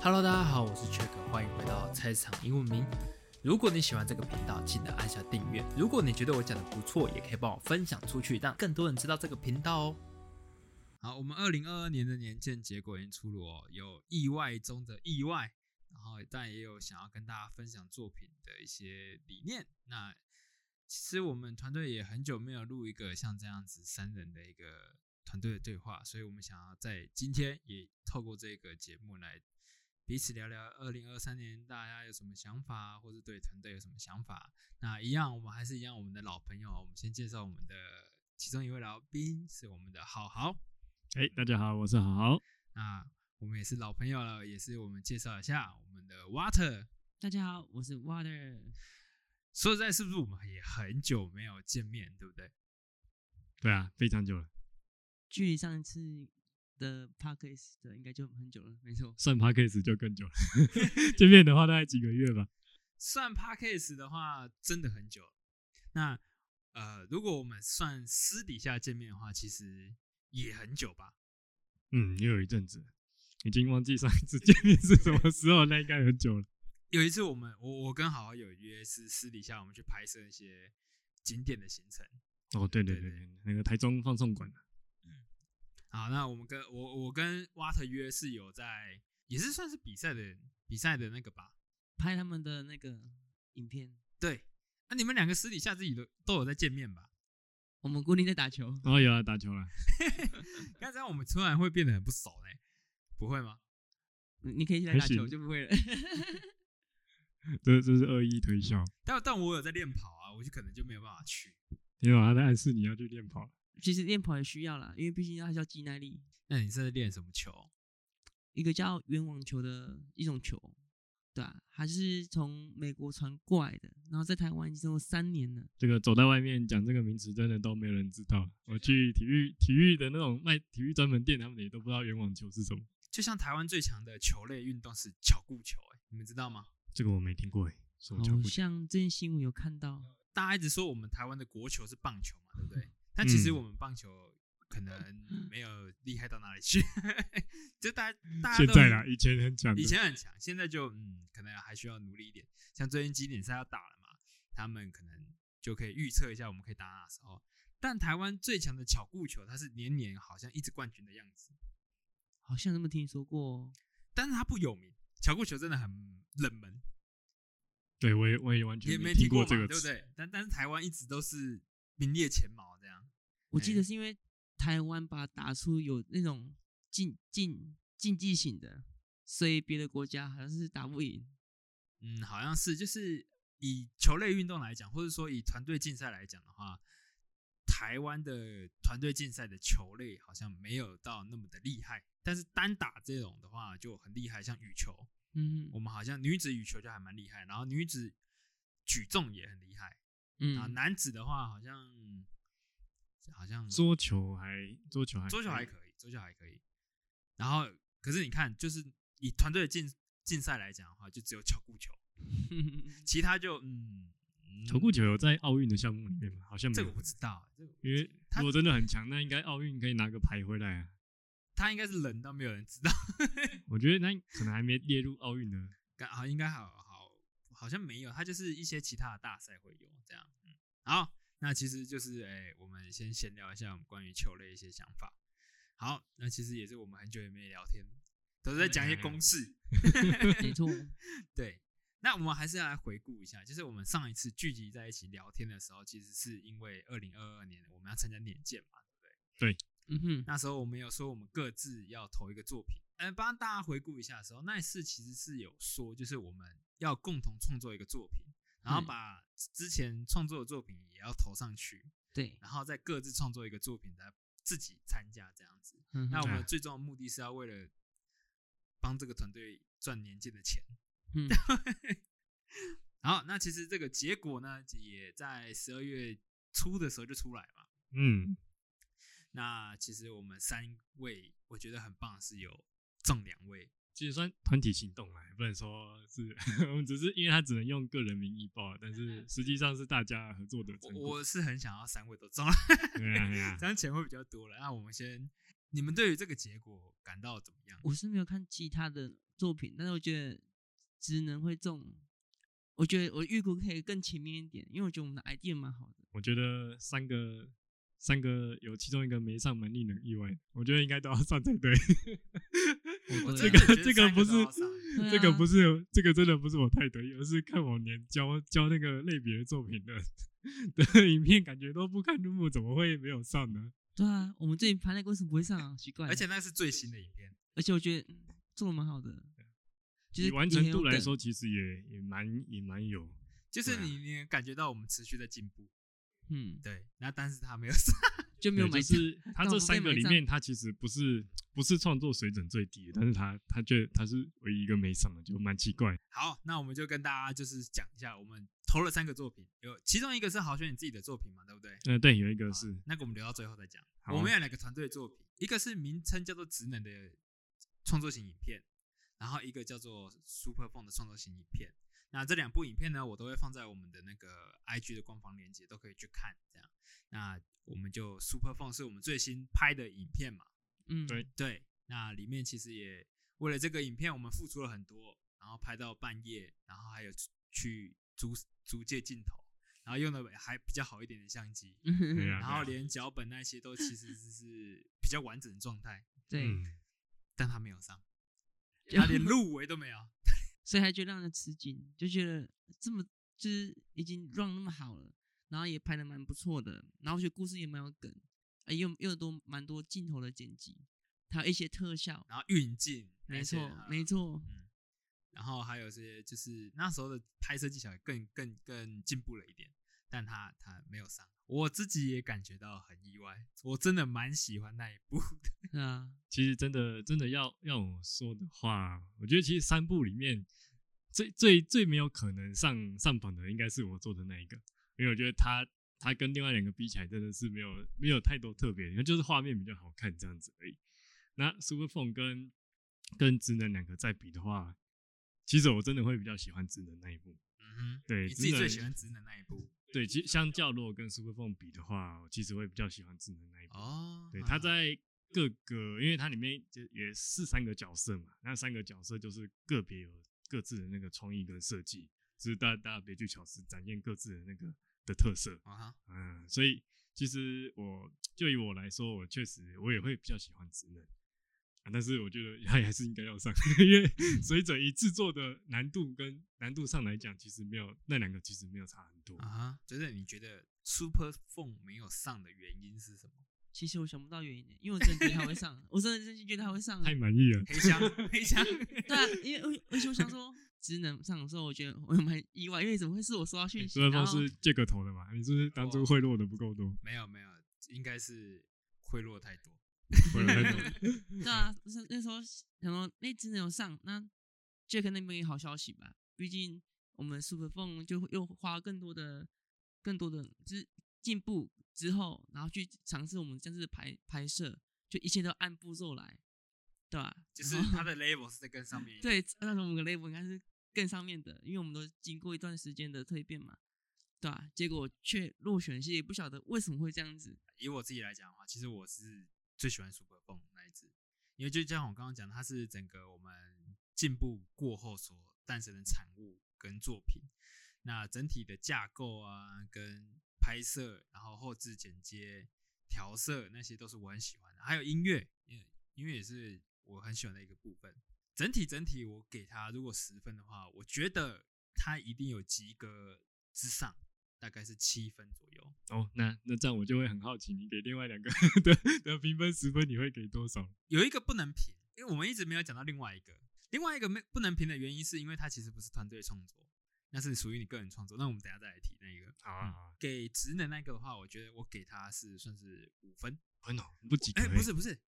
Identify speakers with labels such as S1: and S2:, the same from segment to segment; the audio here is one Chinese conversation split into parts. S1: Hello，大家好，我是 Check，欢迎回到菜市场英文名。如果你喜欢这个频道，记得按下订阅。如果你觉得我讲的不错，也可以帮我分享出去，让更多人知道这个频道哦。好，我们二零二二年的年鉴结果已经出炉哦，有意外中的意外，然后但也有想要跟大家分享作品的一些理念。那其实我们团队也很久没有录一个像这样子三人的一个团队的对话，所以我们想要在今天也透过这个节目来彼此聊聊二零二三年大家有什么想法，或是对团队有什么想法。那一样，我们还是一样我们的老朋友，我们先介绍我们的其中一位老宾是我们的好好。
S2: 哎、大家好，我是好好。
S1: 那我们也是老朋友了，也是我们介绍一下我们的 Water。
S3: 大家好，我是 Water。
S1: 说实在，是不是我们也很久没有见面，对不对？
S2: 对啊，非常久了，
S3: 距离上一次的 Podcast 的应该就很久了，没错。
S2: 算 p a c k a g e 就更久了。见面的话大概几个月吧。
S1: 算 Podcast 的话，真的很久了。那呃，如果我们算私底下见面的话，其实也很久吧。
S2: 嗯，又有一阵子，已经忘记上一次见面是什么时候，那应该很久了。
S1: 有一次我们我我跟好好有约是私底下我们去拍摄一些景点的行程。
S2: 哦，对对
S1: 对
S2: 对对，那个台中放送馆啊
S1: 好，那我们跟我我跟 Water 约是有在也是算是比赛的比赛的那个吧。
S3: 拍他们的那个影片，
S1: 对，那、你们两个私底下自己都都有在见面吧？
S3: 我们固定在打球，
S2: 然后哦有啊来打球了。
S1: 那这样我们突然会变得很不熟呢、不会吗？
S3: 你你可以一起来打
S2: 还行
S3: 球就不会了。
S2: 这这是恶意推销，
S1: 但但我有在练跑啊，我就可能就没有办法去。
S2: 因为啊他在暗示你要去练跑。
S3: 其实练跑也需要啦，因为毕竟它需要肌耐力。
S1: 那你是在练什么球？
S3: 一个叫圆网球的一种球，对啊，它是从美国传过来的，然后在台湾已经有三年了。
S2: 这个走到外面讲这个名词，真的都没有人知道。 我去体育体育的那种卖体育专门店，他们也都不知道圆网球是什么。
S1: 就像台湾最强的球类运动是巧固球、欸，你们知道吗？
S2: 这个我没听过哎，什么球
S1: 哦
S3: 好
S2: 不球？
S3: 像最近新闻有看到，
S1: 大家一直说我们台湾的国球是棒球嘛，对不对？但其实
S2: 嗯
S1: 我们棒球可能没有厉害到哪里 去，就大家大家
S2: 现
S1: 啊都
S2: 在啦，以前很强的，
S1: 以前很强，现在就嗯，可能还需要努力一点。像最近经典赛要打了嘛，他们可能就可以预测一下我们可以打哪时候。但台湾最强的巧固球，它是年年好像一直冠军的样子，
S3: 好像那么听说过哦。
S1: 但是它不有名。巧固球真的很冷门，
S2: 对我也我也完
S1: 也
S2: 全
S1: 没
S2: 听
S1: 过嘛，
S2: 这个
S1: 对不
S2: 词。
S1: 对？但但是台湾一直都是名列前茅这样。
S3: 我记
S1: 哎
S3: 得是因为台湾把它打出有那种竞竞竞技型的，所以别的国家好像是打不赢。
S1: 嗯，好像是，就是以球类运动来讲，或者说以团队竞赛来讲的话，台湾的团队竞赛的球类好像没有到那么的厉害，但是单打这种的话就很厉害，像羽球，
S3: 嗯
S1: 我们好像女子羽球就还蛮厉害，然后女子举重也很厉害，啊，
S3: 嗯，
S1: 男子的话好像好像
S2: 桌球还桌球还
S1: 桌球还可以，桌球还可以。然后，可是你看，就是以团队的竞竞赛来讲的话，就只有巧固球，其他就嗯，嗯
S2: 球固球有在奥运的项目里面吗？好像没
S1: 这
S2: 有
S1: 个我，不知道，这个
S2: 因为
S1: 他
S2: 如果真的很强，那应该奥运可以拿个牌回来啊。
S1: 他应该是冷到没有人知道，
S2: 我觉得那可能还没列入奥运呢。
S1: 刚好应该好好好像没有，他就是一些其他的大赛会有这样。嗯，好，那其实就是哎、我们先闲聊一下我们关于球类一些想法。好，那其实也是我们很久也没聊天，都是在讲一些公式。
S3: 没错。
S1: 对，那我们还是要来回顾一下，就是我们上一次聚集在一起聊天的时候，其实是因为二零二二年我们要参加年鉴嘛，对不对？
S3: 嗯哼，
S1: 那时候我们有说我们各自要投一个作品，呃，帮大家回顾一下的时候，那一次其实是有说，就是我们要共同创作一个作品，然后
S3: 嗯
S1: 把之前创作的作品也要投上去，
S3: 对，
S1: 然后再各自创作一个作品来自己参加这样子。
S3: 嗯
S1: 那
S3: 哼
S1: 我们
S2: 啊
S1: 最终的目的是要为了帮这个团队赚年鉴的钱。
S3: 嗯
S1: 好，那其实这个结果呢，也在十二月初的时候就出来嘛。
S2: 嗯，
S1: 那其实我们三位，我觉得很棒，是有中两位，
S2: 其实算团体行动啦，也不能说是 我们只是因为他只能用个人名义报，啊 但是实际上是大家合作的成
S1: 我
S2: 果。
S1: 我是很想要三位都中了，
S2: 对啊，对啊
S1: 这，样钱会比较多了。那我们先，你们对于这个结果感到怎么样？
S3: 我是没有看其他的作品，但是我觉得职能会中，我觉得我预估可以更前面一点，因为我觉得我们的 idea 蛮好的。
S2: 我觉得三个三个有其中一个没上蛮令人意外的，我觉得应该都要上才对。
S1: 我
S3: 这
S1: 真的觉得
S2: 个哦这个
S1: 三
S2: 不
S1: 都
S2: 是
S1: 要 上
S3: 对
S2: 这个
S3: 啊
S2: 不是，这个真的不是我太得意，而是看往年教教那个类别作品的 的影片，感觉都不堪入目，怎么会没有上呢？
S3: 对啊，我们这里拍那个为什么不会上啊？奇怪，
S1: 而且那是最新的影片，
S3: 而且我觉得嗯做的蛮好的，就是
S2: 以完
S3: 也
S2: 成
S3: 很有
S2: 度来
S3: 梗
S2: 说，，其实也也蛮也蛮有。
S1: 就是
S2: 对啊
S1: 你你能感觉到我们持续在进步。
S3: 嗯，
S1: 对，那但是他没有上，
S3: 就没有买
S2: 就
S3: 账
S2: 是他这三个里面，他其实不是不是创作水准最低的，但是他他觉得他是唯一一个没上的，就蛮奇怪。
S1: 好，那我们就跟大家就是讲一下，我们投了三个作品，有其中一个是豪轩你自己的作品嘛，对不对？
S2: 嗯、对，有一个是
S1: 那个我们留到最后再讲。
S2: 好
S1: 我们有两个团队作品，一个是名称叫做“职能”的创作型影片，然后一个叫做 “Super Phone” 的创作型影片。那这两部影片呢，我都会放在我们的那个 IG 的官方链接，都可以去看。这样，那我们就 “Super Phone” 是我们最新拍的影片嘛？
S3: 嗯，
S2: 对
S1: 对，那里面其实也为了这个影片，我们付出了很多，然后拍到半夜，然后还有去租租借镜头，然后用的还比较好一点的相机，
S2: 对
S3: 嗯
S2: 啊
S1: 然后连脚本那些都其实是比较完整的状态，
S3: 对，
S2: 嗯
S1: 但他没有 上，他连入围都没有。
S3: 所以还觉得让人吃惊，就觉得这么就是已经 run 那么好了，然后也拍的蛮不错的，然后我觉得故事也蛮有梗，啊，又又有多蛮多镜头的剪辑，还有一些特效，
S1: 然后运镜，
S3: 没错没
S1: 错，
S3: 错，
S1: 嗯，然后还有些就是那时候的拍摄技巧也更更更进步了一点，但他他没有上，我自己也感觉到很意外，我真的蛮喜欢那一部的，
S3: 对啊，
S2: 其实真的真的要要我说的话，我觉得其实三部里面最最最没有可能上上榜的，应该是我做的那一个，因为我觉得它它跟另外两个比起来，真的是没有没有太多特别的，就是画面比较好看这样子而已。那 Super Phone 跟跟职能两个再比的话，其实我真的会比较喜欢职能那一部。
S1: 嗯哼，
S2: 对，
S1: 你自己
S2: 职能
S1: 最喜欢职能那一部啊
S2: 对，其实相较如果跟 Super Phone 比的话，我其实会比较喜欢智能那一部。
S1: 哦，
S2: 对，
S3: 嗯
S1: 啊
S2: 它在各个，因为它里面就也是三个角色嘛，那三个角色就是个别有各自的那个创意跟设计，就是大大家别具巧思，展现各自的那个的特色。
S1: 啊哈，
S2: 嗯，所以其实我就以我来说，我确实我也会比较喜欢职能。啊但是我觉得 它还是应该要上，因为
S3: 嗯
S2: 随着以制作的难度跟难度上来讲，其实没有那两个其实没有差很多。
S1: 啊哈，就是你觉得 Super Phone 没有上的原因是什么？
S3: 其实我想不到原因的，因为我真的觉得他会上， 我真的真心觉得他会上啊，
S2: 太满意了，
S1: 黑 箱，黑箱，
S3: 对啊，因为而且我想说。职能上的时候，我觉得我蛮意外，因为怎么会是我收到讯息？
S2: 苏文
S3: 然
S2: 峰
S3: 后哦
S2: 是借个头的嘛？你是不是当初贿赂的不够多？
S1: 没有没有，应该是贿赂太多。
S2: 贿赂太多。
S3: 对啊，不是那时候想说，那真的有上，那 Jack 那边有好消息吧？毕竟我们 Super Phone 就会又花更多的、更多的就是进步之后，然后去尝试我们这次的拍拍摄，就一切都按步骤来，对吧、
S1: 就是
S3: 然后
S1: 它的 level 是在跟上面一点。
S3: 对，那时候我们的 level 应该是更上面的，因为我们都经过一段时间的蜕变嘛，对吧、结果却落选，其实也不晓得为什么会这样子，
S1: 以我自己来讲的话，其实我是最喜欢 Super Phone 那一只，因为就像我刚刚讲的，它是整个我们进步过后所诞生的产物跟作品。那整体的架构啊，跟拍摄，然后后置剪接、调色那些都是我很喜欢的，还有音乐，因为音乐也是我很喜欢的一个部分。整体整体，我给它如果十分的话，我觉得它一定有及格之上，大概是七分左右。
S2: 哦，那那这样我就会很好奇，你给另外两个 的的评分十分，你会给多少？
S1: 有一个不能评，因为我们一直没有讲到另外一个，另外一个没不能评的原因是因为它其实不是团队创作，那是属于你个人创作。那我们等一下再来提那个。
S2: 好
S1: 嗯，给职能那个的话，我觉得我给他是算是五分。
S2: 很好，不及格
S1: 哎、
S2: 欸。
S1: 不是不是，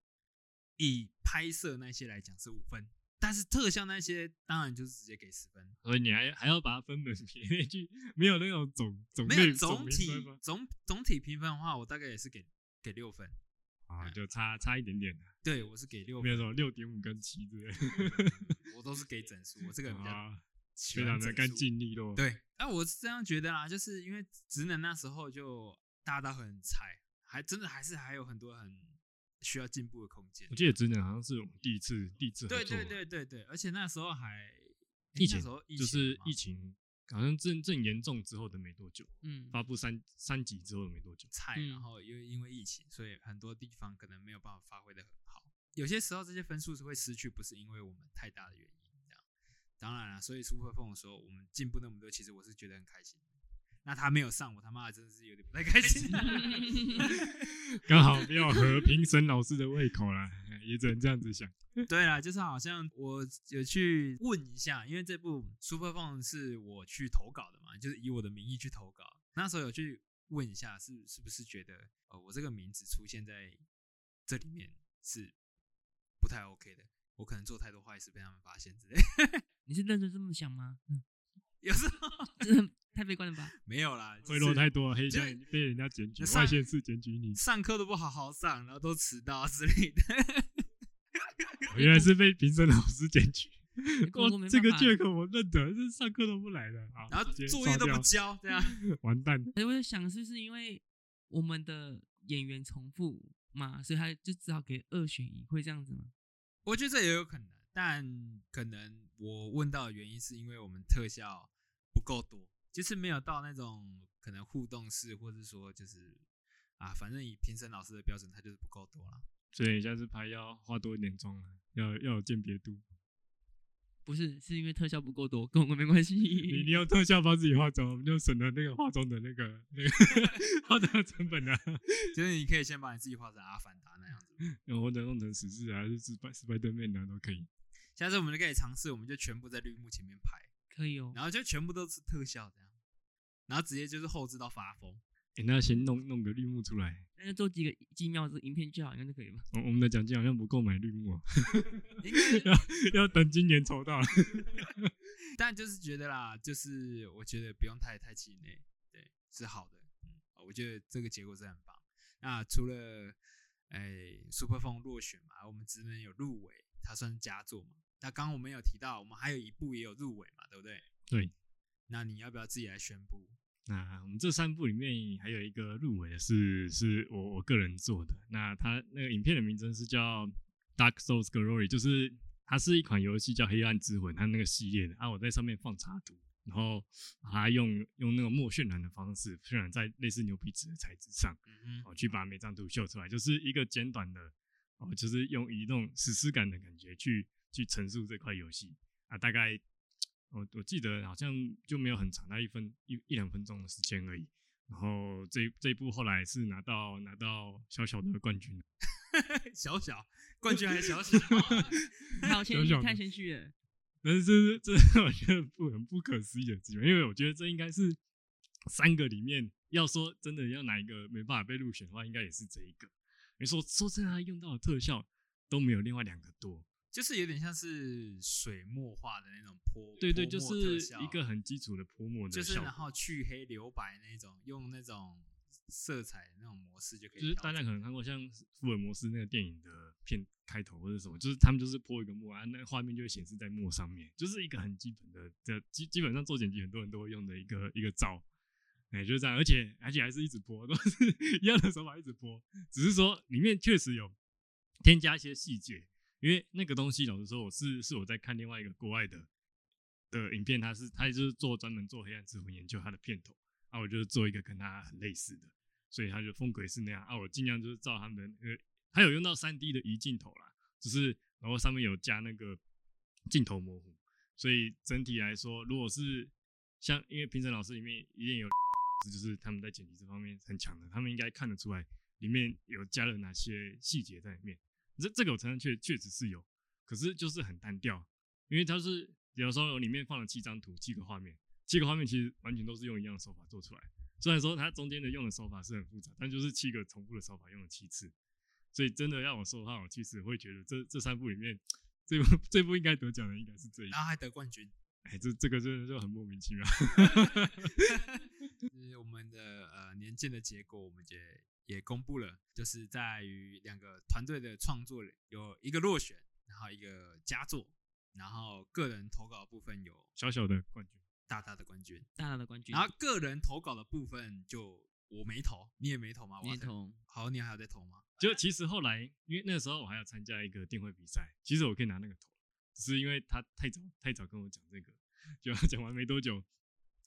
S1: 以拍摄那些来讲是五分，但是特效那些当然就是直接给十分，
S2: 所以你还还要把它分门别类去，没有那种总总
S1: 没
S2: 类
S1: 有总体
S2: 评分吗
S1: 总总体评分的话，我大概也是给给六分。
S2: 啊，就差差一点点了。
S1: 对我是给六
S2: 没
S1: 分，
S2: 有什么六点五跟七之类的，
S1: 我都是给整数，我这个人比较
S2: 啊，
S1: 喜
S2: 非
S1: 欢
S2: 常
S1: 整
S2: 的
S1: 数
S2: 干。净利落。，
S1: 对，啊，我是这样觉得啦，就是因为职能那时候就大家都很菜，还真的还是还有很多很需要进步的空间
S2: 我。记得职能好像是我们第一次第一次合作
S1: 对
S2: 吧，
S1: 对对对对，而且那时候还
S2: 啊
S1: 诶
S2: 疫情
S1: 那时候疫
S2: 就是
S1: 嘛
S2: 疫情好像正正严重之后的没多久，
S3: 嗯，
S2: 发布三三级之后的没多久，
S1: 菜，
S3: 嗯
S1: 然后因为因为疫情，所以很多地方可能没有办法发挥的很好。有些时候这些分数是会失去，不是因为我们太大的原因这样。当然了，所以苏慧凤说我们进步那么多，其实我是觉得很开心的。那他没有上，我他妈的真的是有点不太开 心。
S2: 刚好没有合评审老师的胃口啦， 也只能这样子想。
S1: 对啦，就是好像我有去问一下，因为这部《Super Phone》是我去投稿的嘛，就是以我的名义去投稿。那时候有去问一下是，是不是觉得呃，我这个名字出现在这里面是不太 OK 的，我可能做太多坏事被他们发现之类的。
S3: 你是认真这么想吗？ 嗯，
S1: 有时候
S3: 真的太悲观了吧？
S1: 没有啦，就是
S2: 贿赂太多了，黑箱
S1: 就是
S2: 已经被人家检举，
S1: 上
S2: 外县市检举你，
S1: 上课都不好好上，然后都迟到啊之类的。
S2: 哦原来是被评审老师检 举。
S3: 工作没
S2: 我
S3: 办
S2: 这个
S3: 法
S2: 借口我认得，这上课都不来的，好
S1: 然后
S2: 直接
S1: 作业都不
S2: 刷
S1: 交，对啊，
S2: 掉 完蛋。
S3: 所以我在想，是不是因为我们的演员重复嘛，所以他就只好给二选一，会这样子吗？
S1: 我觉得这也有可能，但可能我问到的原因是因为我们特效不够多，就是没有到那种可能互动式，或者说就是啊，反正以评审老师的标准，他就是不够多了。
S2: 所以下次拍要化多一点妆了，要要有鉴别度。啊
S3: 不是，是因为特效不够多，跟我们没关系。
S2: 你你用特效帮自己化妆，我们就省了那个化妆的那个 那个化妆的成本啊。
S1: 就是你可以先把你自己画成阿凡达那样子，
S2: 然后或者弄成十字啊，还是失败失败对面啊都可以。
S1: 下次我们就可以尝试，我们就全部在绿幕前面拍，
S3: 可以哦。
S1: 然后就全部都是特效这样，然后直接就是后置到发疯。
S2: 诶那先弄弄个绿幕出来。
S3: 那就做几个几秒的影片就好，应该就可以 吧？
S2: 我我们的奖金好像不够买绿幕啊，
S1: 应该
S2: 要 要等今年筹到了。
S1: 但就是觉得啦，就是我觉得不用太太气馁，对，是好的，嗯，我觉得这个结果是很棒。那除了哎 Super Phone 落选嘛，我们职能有入围，它算是佳作嘛。那刚刚我们有提到，我们还有一部也有入围嘛，对不对？
S2: 对。
S1: 那你要不要自己来宣布？
S2: 那我们这三部里面还有一个入围的是是我我个人做的，那它那个影片的名称是叫《Dark Souls Glory》，就是它是一款游戏叫《黑暗之魂》，它那个系列的啊，我在上面放插图，然后把它用用那个墨渲染的方式渲染在类似牛皮纸的材质上，
S1: 嗯哼，
S2: 哦，去把每张图秀出来，就是一个简短的哦，就是用移动史诗感的感觉去去陈述这块游戏啊，大概我我记得好像就没有很长，那一分一一两分钟的时间而已。然后这这一部后来是拿到拿到小小的冠军，
S1: 小小冠军还小 小，
S3: 好，谦
S2: 小小
S3: 虚，
S2: 的
S3: 太谦虚了。
S2: 但是这这是我觉得不很不可思议的资源，因为我觉得这应该是三个里面，要说真的要哪一个没办法被入选的话，应该也是这一个。你说说真的，它用到的特效都没有另外两个多，
S1: 就是有点像是水墨画的那种泼，
S2: 对对，
S1: 泼
S2: 就
S1: 墨特
S2: 是
S1: 效
S2: 一个很基础的泼墨的
S1: 就是
S2: 效
S1: 然
S2: 果，
S1: 后去黑留白那种，用那种色彩那种模式就可以。
S2: 就是大家可能看过像福尔摩斯那个电影的片开头或者什么，就是他们就是泼一个墨啊，那画面就会显示在墨上面，就是一个很基本的，这基基本上做剪辑很多人都会用的一个一个招，哎、就是这样，而且而且还是一直泼，都是 一样的手法一直泼，只是说里面确实有添加一些细节，因为那个东西老实说，我是是我在看另外一个国外的的影片，他是他就是做专门做黑暗之魂研究他的片头，啊，我就是做一个跟他很类似的。所以他就风格也是那样啊。我尽量就是照他们的那个，还有用到三 D 的移镜头啦，就是然后上面有加那个镜头模糊，所以整体来说，如果是像因为评审老师里面一定有，就是他们在剪辑这方面很强的，他们应该看得出来里面有加了哪些细节在里面。这这个我承认确确实是有，可是就是很单调，因为它是有时候里面放了七张图、七个画面，七个画面其实完全都是用一样的手法做出来。虽然说它中间的用的手法是很复杂，但就是七个重复的手法用了七次，所以真的要我说的话，我其实会觉得这这三部里面，这部这部应该得奖的应该是这一部
S1: 然。后还得冠军。
S2: 哎，这这个真的就很莫名其妙。
S1: 就是我们的呃年鉴的结果，我们觉得也公布了，就是在于两个团队的创作有一个落选，然后一个佳作，然后个人投稿的部分有
S2: 小小的冠军，
S1: 大大的冠军，
S3: 大大的冠军，
S1: 然后个人投稿的部分就我没投，你也没投吗？我
S2: 啊
S3: 年。头
S1: 好，你还有在投吗？
S2: 就其实后来，因为那时候我还有参加一个电绘比赛，其实我可以拿那个头，只是因为他太早太早跟我讲这个，就 讲完没多久，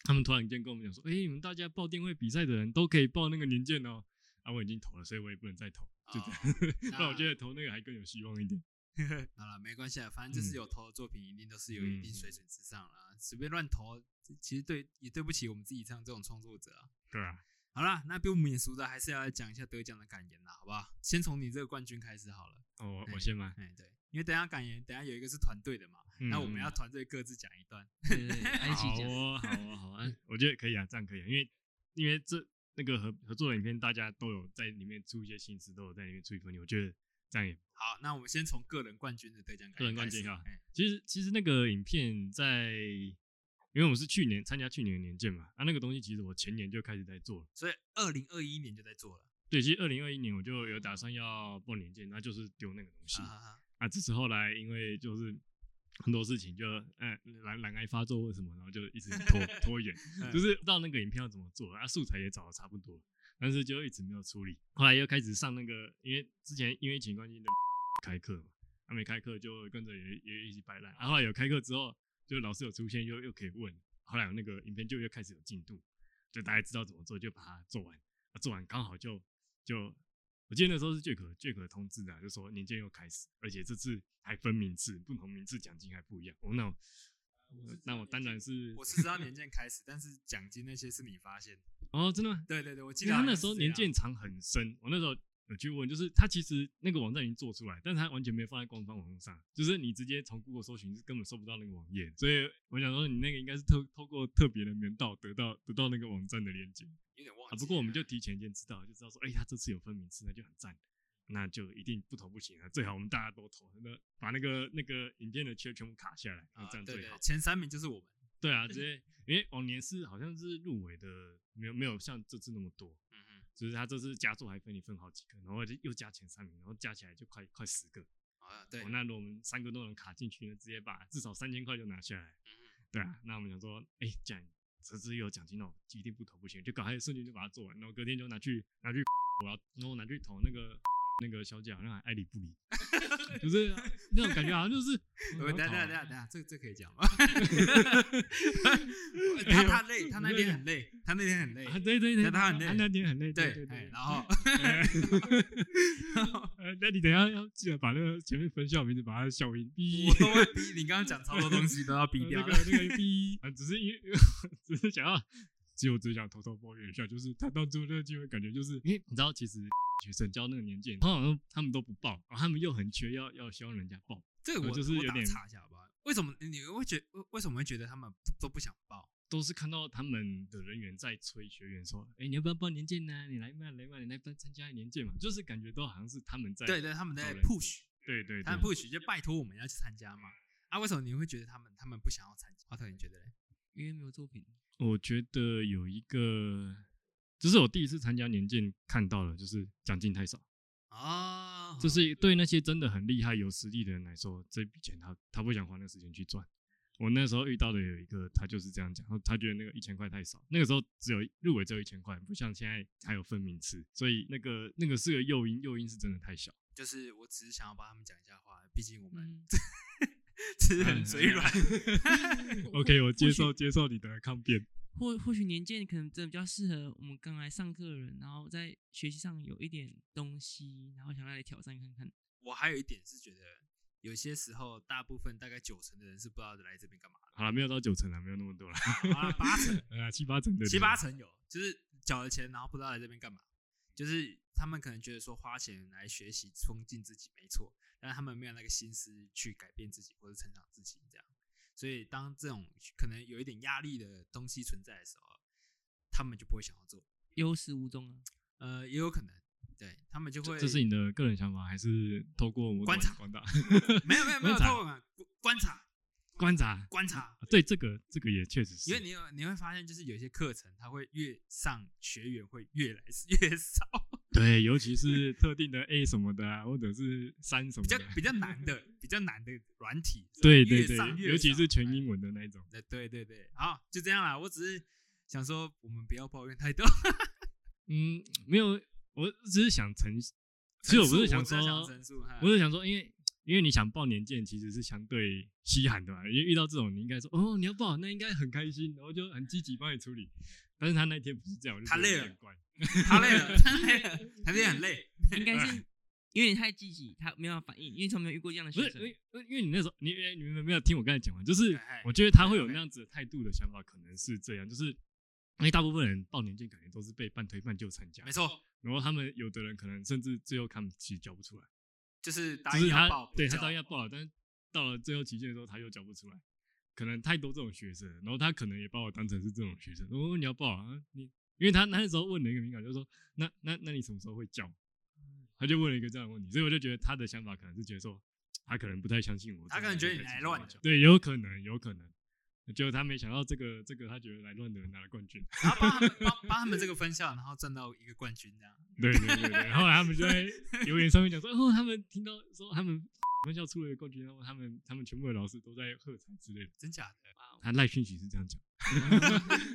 S2: 他们突然间跟我们讲说，哎、你们大家报电绘比赛的人都可以报那个年鉴哦。啊，我已经投了，所以我也不能再投，就这样。
S1: 哦
S2: 不然我觉得投 那个还更有希望一点。
S1: 好了，没关系啊，反正
S2: 嗯
S1: 就是有投的作品，一定都是有一定水准之上啦。随便乱投，其实对也对不起我们自己像这种创作者啊。
S2: 对啊，
S1: 好啦，那不免俗的还是要来讲一下得奖的感言啦，好不好？先从你这个冠军开始好了。
S2: 哦，我
S1: 嗯
S2: 我先来。
S1: 哎，对，因为等一下感言，等一下有一个是团队的嘛，那我们
S2: 嗯
S1: 要团队各自讲一段。
S3: 对对 对，爱情
S2: 好
S3: 奖，
S2: 哦，好哦，好 啊，我觉得可以啊，这样可以啊，因为因为这那个合合作的影片，大家都有在里面出一些心思，都有在里面出一份力，我觉得这样也
S1: 好，那我们先从个人冠军的得奖感言。
S2: 个人冠军
S1: 啊
S2: 啊，其实其实那个影片在，因为我们是去年参加去年的年鉴嘛，啊，那个东西其实我前年就开始在做了。
S1: 所以二零二一年就在做了。
S2: 对，其实二零二一年我就有打算要报年鉴，那就是丢那个东西
S1: 啊哈哈
S2: 啊。只是后来因为就是很多事情就呃懒懒癌发作或什么，然后就一直拖 拖延，
S1: 嗯
S2: 就是不知道那个影片要怎么做啊，素材也找的差不多，但是就一直没有处理。后来又开始上那个，因为之前因为疫情关系的 开课嘛，他、没开课就跟着也也一起摆烂。然、啊后来有开课之后，就老师有出现，又又可以问。后来有那个影片就又开始有进度，就大家知道怎么做，就把它做完。啊、做完刚好就就，我记得那时候是最可最可通知的啊、就说年鉴又开始，而且这次还分名次，不同名次奖金还不一样。哦，那我那我当然是
S1: 我是知道年鉴开始，但是奖金那些是你发现的。
S2: 哦，真的吗？
S1: 对对对，我记
S2: 因
S1: 得好
S2: 为他
S1: 像
S2: 那
S1: 是
S2: 时候
S1: 这
S2: 年
S1: 样
S2: 鉴藏很深，我那时候有去问，就是他其实那个网站已经做出来，但是他完全没有放在官方网络上，就是你直接从 Google 搜寻是根本搜不到那个网页，所以我想说你那个应该是透透过特别的门道得到得到那个网站的链接
S1: 有点忘
S2: 啊。
S1: 记了。
S2: 不过我们就提前先知道，就知道说，哎、他这次有分名次，那就很赞，那就一定不投不行啊，最好我们大家都投，那把那个那个影片的缺全部卡下来，那
S1: 啊
S2: 这样
S1: 对
S2: 最
S1: 对
S2: 好。
S1: 前三名就是我们。
S2: 对 啊，直接因为往年是好像是入围的，没有没有像这次那么多。
S1: 嗯嗯，
S2: 就是他这次加注还分你分好几个，然后就又加前三名，然后加起来就快快十个。
S1: 啊对
S2: 哦，，那如果我们三个都能卡进去呢，直接把至少三千块就拿下
S1: 嗯
S2: 来。对啊，那我们想说，哎、既然这次又有奖金了，一定不投不行，就赶快瞬间就把它做完，然后隔天就拿去拿去，我要然后拿去投那个那个小姐，好像还爱理 不理，就是那种感觉，好像就是。
S1: 呃
S2: 我要
S1: 等下等
S2: 投
S1: 下
S2: 啊
S1: 等下等下，这这可以 讲吗？他他累，他那天很累，他那天很累。
S2: 啊，对对对，
S1: 那他很累
S2: 那天很累，对
S1: 对，哎
S2: 对。
S1: 然 后
S2: 呃，那你等一下要记得把那个前面分校名字把它的消音，
S1: 我都会逼你刚刚讲超多东西都 要逼
S2: 呃
S1: 掉
S2: 那
S1: 了。
S2: 个那个 B，啊，只是因为 只是想要，其实我只想偷偷抱怨一下，就是他到最后那个机会，感觉就是因为你知道，其实学生教那个年鉴，他好像他们都不报，然后他们又很缺，要要希望人家报，
S1: 这个
S2: 呃
S1: 我
S2: 就是
S1: 我
S2: 有
S1: 打
S2: 点
S1: 岔一下好不好？为什么你会觉为为什么会觉得他们不都不想报？
S2: 都是看到他们的人员在催学员说，哎、你要不要报年鉴呢、你来嘛来嘛，你来报参加年鉴嘛，就是感觉都好像是他们在
S1: 对对，他们在
S2: 讨论
S1: push，
S2: 对对
S1: 他
S2: 对
S1: 们 push 就拜托我们要去参加嘛。啊，为什么你会觉得他们他们不想要参加？华特，你觉得嘞？
S3: 因为没有 作品，
S2: 我觉得有一个，这是我第一次参加年鉴看到了，就是奖金太少。
S1: 啊，
S2: 这是对那些真的很厉害、有实力的人来说，这笔钱他他不想花那个时间去赚。我那时候遇到的有一个，他就是这样讲，他觉得那个一千块太少，那个时候只有入围只有一千块，不像现在还有分名次，所以那个那个是个诱因，诱因是真的太小。
S1: 就是我只是想要帮他们讲一下话，毕竟我们
S3: 嗯，
S1: 只 是
S2: 嗯
S1: 很嘴软。
S2: OK，我接受
S3: 或
S2: 接受你的抗辩。
S3: 或或许年鉴可能真的比较适合我们刚来上课的人，然后在学习上有一点东西，然后想要来挑战看看。
S1: 我还有一点是觉得，有些时候大部分大概九成的人是不知道来这边干嘛
S2: 好了，没有到九成了，没有那么 多了，
S1: 的，啊，八成、
S2: 呃，七八成的
S1: 七八成有，就是缴了钱然后不知道来这边干嘛，就是他们可能觉得说花钱来学习冲进自己没错，但是他们没有那个心思去改变自己或者成长自己这样，所以当这种可能有一点压力的东西存在的时候，他们就不会想要做，
S3: 有始无终啊，
S1: 呃，也有可能，对他们就会
S2: 这是你的个人想法，还是透过我
S1: 观察
S2: 观察
S1: 没有没有没有
S2: 观察
S1: 透过观察
S2: 观察？啊
S1: 观察。
S2: 对，这个这个也确实是，
S1: 因为你有你会发现，就是有些课程它会越上学员会越来越少，
S2: 对，尤其是特定的 A 什么的、啊，或者是三什么
S1: 比较
S2: 的，
S1: 比较难 的、比较难的软体，是吧
S2: 对对
S1: 越上
S2: 对，
S1: 越
S2: 尤其是
S1: 少
S2: 全
S1: 哎
S2: 英文的那一种。
S1: 对对对对，好，就这样啦。我只是想说，我们不要抱怨太多。
S2: 嗯，没有，我只是想呈， 其实
S1: 陈
S2: 我不
S1: 述
S2: 是想
S1: 只
S2: 说
S1: 是，想陈述，哈
S2: 我是想说，因为因为你想报年鉴其实是相对稀罕的嘛，因为遇到这种你应该说哦你要报那应该很开心，然后就很积极帮你处理。但是他那天不是这样，我就
S1: 他
S2: 觉得有
S1: 累了
S2: 点怪，
S1: 他累 了，他累了，他累得很累。
S3: 应该是有点太积极，他没有反应，因为从没有遇过这样的
S2: 嗯不
S3: 学
S2: 是
S3: 生
S2: 因。为因为你那时候你哎你们没有听我刚才讲完，就是
S1: 哎
S2: 我觉得他会有
S1: 哎
S2: 那样子的态度的想法，可能是这样，就是因为大部分人报年鉴感觉都是被半推半就参加
S1: 没，错，
S2: 然后他们有的人可能甚至最后他们其实交不出来。
S1: 就是答
S2: 就
S1: 应
S2: 是
S1: 要
S2: 他
S1: 报，
S2: 对
S1: 不
S2: 他
S1: 交
S2: 答应要报了，但是到了最后期限的时候，他又交不出来，可能太多这种学生了，然后他可能也把我当成是这种学生，我、哦、你要报啊，你因为他那时候问了一个敏感，就是说那那那你什么时候会交？他就问了一个这样的问题，所以我就觉得他的想法可能是觉得说，他可能不太相信我，
S1: 他可能觉得你来乱的
S2: 对，有可能，有可能。结果他没想到这个这个，他觉得来乱的人拿了冠军，
S1: 然后帮他们帮帮他们这个分校，然后赚到一个冠军这样。
S2: 对对对对，后来他们就在留言上面讲说，哦，他们听到说他们分校出了一个冠军，然后他们他们全部的老师都在喝彩之类的。
S1: 真假的？
S2: 他赖讯息是这样讲，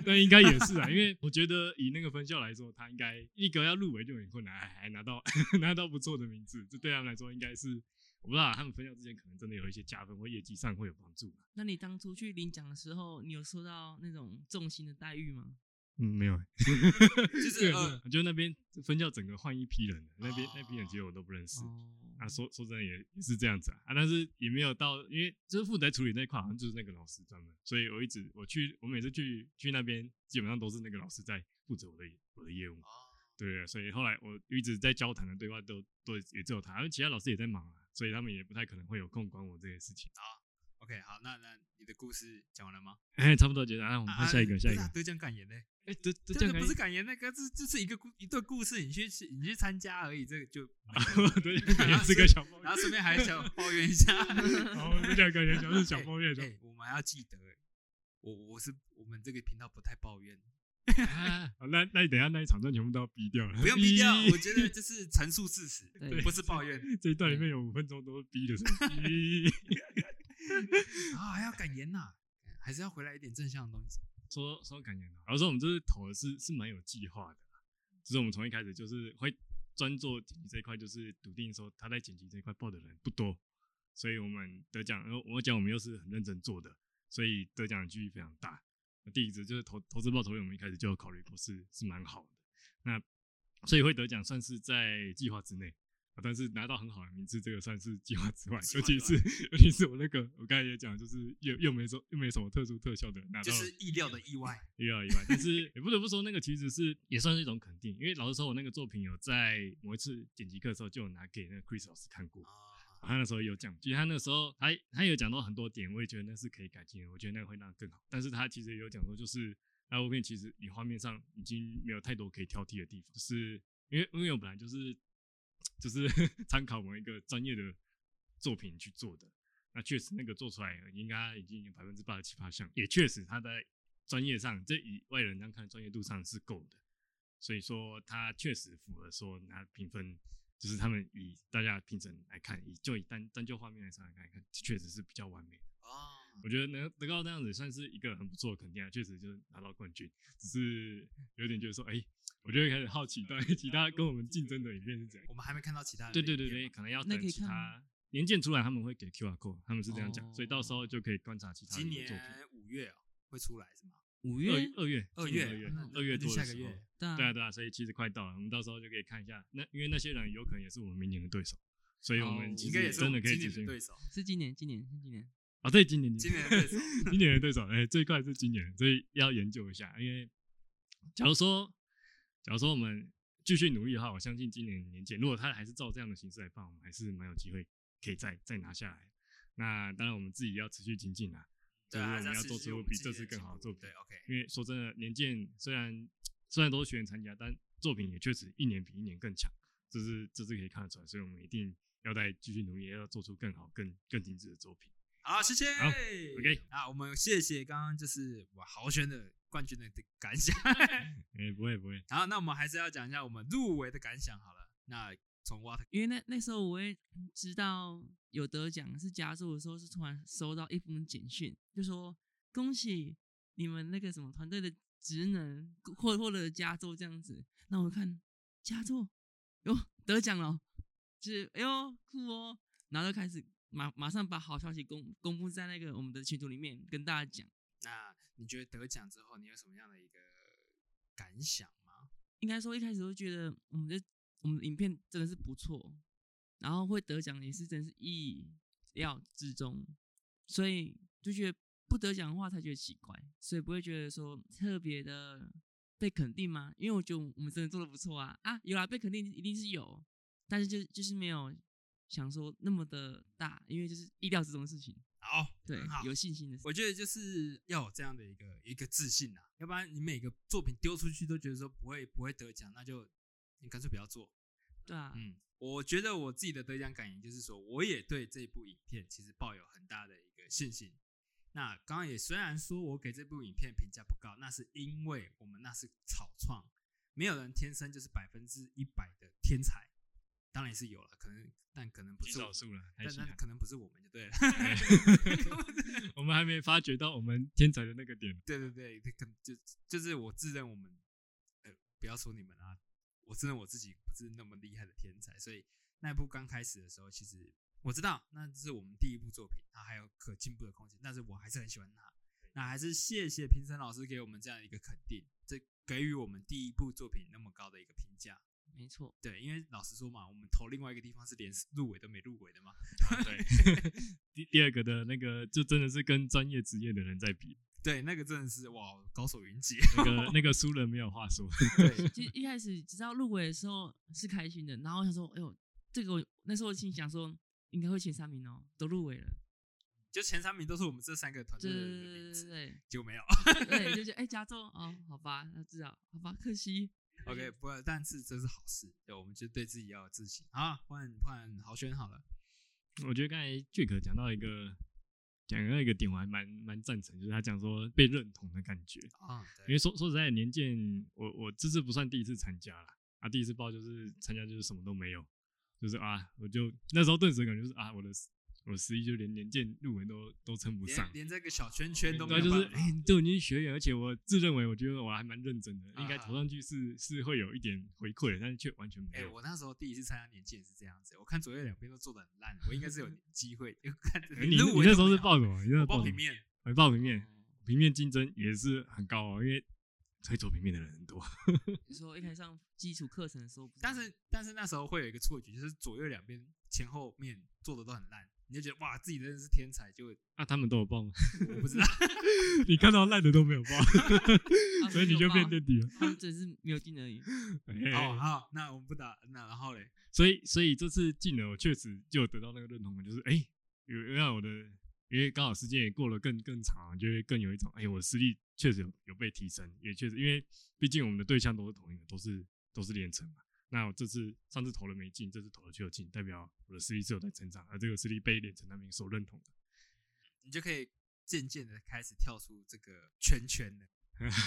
S2: 但应该也是啊，因为我觉得以那个分校来说，他应该一个要入围就很困难，还哎还拿到 拿到不错的名次，这对他们来说应该是我不知道啊他们分校之间可能真的有一些加分或业绩上会有帮助啊。
S3: 那你当初去领奖的时候，你有受到那种重心的待遇吗？
S2: 嗯，没有欸，
S1: 就是呃，
S2: 我觉得那边分校整个换一批人了，那边那批人其实我都不认识。
S3: 哦，
S2: 啊，说说真的也也是这样子啊啊，但是也没有到，因为就是负责处理那一块好像就是那个老师专门，所以我一直我去我每次去去那边，基本上都是那个老师在负责我的我的业
S1: 哦
S2: 务，对对，所以后来我一直在交谈的对话都都也只有他，因为其他老师也在忙啊，所以他们也不太可能会有空管我这些事情。
S1: OK，好，那那你的故事讲完了吗？
S2: 哎， 差不多结束，啊，我们
S1: 啊，
S2: 看下一个，下一
S1: 不
S2: 个
S1: 是啊，得奖感言呢？
S2: 哎，这这
S1: 这
S2: 这
S1: 个
S2: 样
S1: 不是感言，那个这这是一个故一段故事，你去你去参加而已，这个就。
S2: 对，也是个小抱
S1: 然
S2: 怨
S1: 后，顺便还想抱怨一 下，
S2: 然后这两个人就是小抱怨，小
S1: 哎、哎我们还要记得、哎我我是我们这个频道不太抱 怨，
S2: 啊好那那你等一下那一场战全部都要逼掉了，
S1: 不用逼 掉，
S2: 逼
S1: 我觉得就是陈述事实，
S3: 对
S1: 不是抱怨
S2: 这一段里面有五分钟都是逼的声音。
S1: 啊，还要感言呐、还是要回来一点正向的东 西。
S2: 说说感言啊，然后说我们这次投的是是蛮有计划的啦，就是我们从一开始就是会专做剪辑这一块，就是笃定说他在剪辑这一块报的人不多，所以我们得奖，然后我讲我们又是很认真做的，所以得奖的几率非常大。那第一支就是投投资报酬率，我们一开始就有考虑过是是蛮好的，那所以会得奖算是在计划之内。啊但是拿到很好的名次，这个算是计划之外，
S1: 计
S2: 尤
S1: 划之
S2: 其是尤其是我那个，我刚才也讲，就是又又没说又没什么特殊特效的，拿到
S1: 就是意料的意外，
S2: 意料以外，但是也不得不说，那个其实是也算是一种肯定，因为老实说，我那个作品有在某一次剪辑课的时候就有拿给那个 Chris 老师看过，
S1: 啊
S2: 他那时候有讲，其实他那时候他他有讲到很多点，我也觉得那是可以改进的，我觉得那个会让它更好。但是他其实也有讲说，就是那部片其实你画面上已经没有太多可以挑剔的地方，就是因为因为我本来就是就是 参考某一个专业的作品去做的，那确实那个做出来应该已经有百分之八十七八项，也确实他在专业上，这以外人这样看专业度上是够的，所以说他确实符合说拿评分，就是他们以大家评审来看，以就以单单就画面来上来看，看确实是比较完美的。
S1: 啊！
S2: 我觉得能能够那样子算是一个很不错的肯定啊，确实就是拿到冠军，只是有点觉得说，哎、我就会开始好奇到 底其他跟我们竞争的影片是怎样。
S1: 我们还没看到其他的
S2: 对
S1: 那
S2: 对
S1: 一
S2: 对
S1: 片
S2: 对，
S1: 嘛，
S2: 可能要
S3: 那
S2: 等
S3: 可以
S2: 其
S3: 看
S2: 他年鉴出来，他们会给 QR code，他们是这样讲，所以到时候
S3: 哦
S2: 就可以观察其他人
S1: 今
S2: 的作品。
S1: 年五月、哦、会出来是吗？
S3: 五
S2: 二
S3: 月
S2: 二月
S1: 二
S2: 今年
S1: 月
S2: 二月
S1: 那
S2: 二月
S1: 那就
S2: 多
S1: 下
S2: 的
S1: 个
S2: 时
S1: 月嗯
S2: 候。
S3: 对啊
S2: 对啊，对啊，所以其实快到了，我们到时候就可以看一下。那因为那些人有可能也是我们明年的对手，所以我
S3: 哦
S2: 们其
S1: 应
S2: 实
S1: 该也是我
S2: 真的
S1: 们
S2: 可以
S1: 今
S2: 仔
S1: 年
S2: 细
S1: 的对手，
S3: 是今年，今年是今年。
S2: 啊，对，今年
S1: 今年的对 手
S2: 今年的对手，哎、最快是今年，所以要研究一下。因为假如说，假如说我们继续努力的话，我相信今年年检，如果他还是照这样的形式来办，我们还是蛮有机会可以再再拿下来。那当然，我们自己要持续精进啊，就
S1: 对
S2: 是
S1: 啊，
S2: 我
S1: 还是
S2: 们要
S1: 持
S2: 做
S1: 续我
S2: 出
S1: 们
S2: 比
S1: 自己
S2: 这
S1: 的
S2: 次更
S1: 进
S2: 好的
S1: 步
S2: 作品
S1: 对。，OK，
S2: 因为说真的，年鉴虽然虽然都是学员参加，但作品也确实一年比一年更强，这是这是可以看得出来，所以我们一定要再继续努力，要做出更好、更更精致的作品。
S1: 好，谢谢。
S2: 好，OK
S1: 啊，我们谢谢刚刚就是我豪轩的冠军的感想。
S2: 哎、不会不会，
S1: 好，那我们还是要讲一下我们入围的感想好了。那从 What
S3: 因为那那时候我会知道有得奖是加州的时候，是突然收到一封简讯，就说恭喜你们那个什么团队的职能获获得加州这样子。那我看加州哟得奖了，就是哎呦酷哦，然后就开始马马上把好消息公公布在那个我们的群组里面跟大家讲。
S1: 那你觉得得奖之后，你有什么样的一个感想吗？
S3: 应该说一开始会觉得我们的我们的影片真的是不错，然后会得奖也是真是意料之中，所以就觉得不得奖的话才觉得奇怪，所以不会觉得说特别的被肯定吗？因为我觉得我们真的做的不错啊啊，有啦，被肯定一定是有，但是就就是没有想说那么的大，因为就是意料之中的事情，
S1: 好，
S3: 对
S1: 很好，，
S3: 有信心的事。
S1: 我觉得就是要有这样的一个一个自信啊，要不然你每个作品丢出去都觉得说不会不会得奖，那就你干脆不要做。
S3: 对啊，
S1: 嗯，我觉得我自己的得奖感言就是说，我也对这部影片其实抱有很大的一个信心。那刚刚也虽然说我给这部影片评价不高，那是因为我们那是草创，没有人天生就是百分之一百的天才，当然也是有了，可能但可能不
S2: 极
S1: 是我
S2: 少，数了，太
S1: 但
S2: 稀
S1: 但
S2: 罕。
S1: 可能不是我们就对了。
S2: 我们还没发掘到我们天才的那个 点。
S1: 对对对，他可能就就是我自认我们，呃，不要说你们啊，我自认我自己不是那么厉害的天才，所以那一部刚开始的时候，其实我知道那是我们第一部作品，它还有可进步的空间，但是我还是很喜欢它。那还是谢谢评审老师给我们这样一个肯定，这给予我们第一部作品那么高的一个评价。
S3: 没错，
S1: 对，因为老实说嘛，我们投另外一个地方是连入围都没入围的嘛。
S2: 第第二个的那个，就真的是跟专业职业的人在比，
S1: 对，那个真的是哇，高手云集。
S2: 那个那个输人没有话说。
S1: 对，
S3: 其实一开始只知道入围的时候是开心的，然后我想说，哎呦，这个我那时候心想说应该会前三名哦，都入围了，
S1: 就前三名都是我们这三个团队
S3: 对
S1: 的人的名字，
S3: 对
S1: 结果没有。
S3: 对对 对，就觉得哎，加州哦，好吧，那知道，好吧，可惜。
S1: OK，不
S2: 嗯
S1: 过但是这是好事，对，我们就对自己要有自信啊。换换豪轩好了，
S2: 我觉得刚才 Jack 讲到一个讲到一个点，我还蛮蛮赞成，就是他讲说被认同的感觉。
S1: 啊，
S2: 因为
S1: 对，
S2: 说说实在的，年鉴我我这次不算第一次参加啦，啊，第一次报就是参加就是什么都没有，就是啊，我就那时候顿时感觉就是啊，我的我的十一就连年鉴入围都都称不上
S1: 连，连这个小圈圈都没
S2: 对，
S1: 有
S2: 就是
S1: 办法。
S2: 哎、都已经学员，而且我自认为我觉得我还蛮认真的，应该
S1: 啊
S2: 投上去是是会有一点回馈的，但是却完全没
S1: 哎，
S2: 有。
S1: 我那时候第一次参加年鉴也是这样子，我看左右两边都做的很烂，我应该是有机会。 就看
S2: 哎你你那时候是报什么？你那时候
S1: 我报
S2: 什
S1: 平
S2: 么，
S1: 面，哦
S2: 哎报平面，平面竞争也是很高哦，因为会做平面的人很多。
S3: 你说一开始上基础课程的时候不，
S1: 但是但是那时候会有一个错觉，就是左右两边前后面做的都很烂，你就觉得哇，自己真的是天才，就我
S2: 啊，他们都有报吗？
S1: 不知道。
S2: 你看到烂的都没 有报，
S3: 啊
S2: 所以你就变
S3: 没有
S2: 垫底了。
S3: 报啊只是没有进而已。
S1: 哦，
S2: 哎
S1: 好，那我们不打，那然后嘞，
S2: 所以所以这次进了，我确实就有得到那个认同感，就是哎、有有让我的，因为刚好时间也过了更更长，就会更有一种哎、我的实力确实有有被提升，也确实因为毕竟我们的对象都是同一个，都是都是练成嘛。那我这次上次投了没进，这次投了就有进，代表我的实力是有在成长，而这个实力被练成那边所认同的。
S1: 你就可以渐渐的开始跳出这个圈圈了，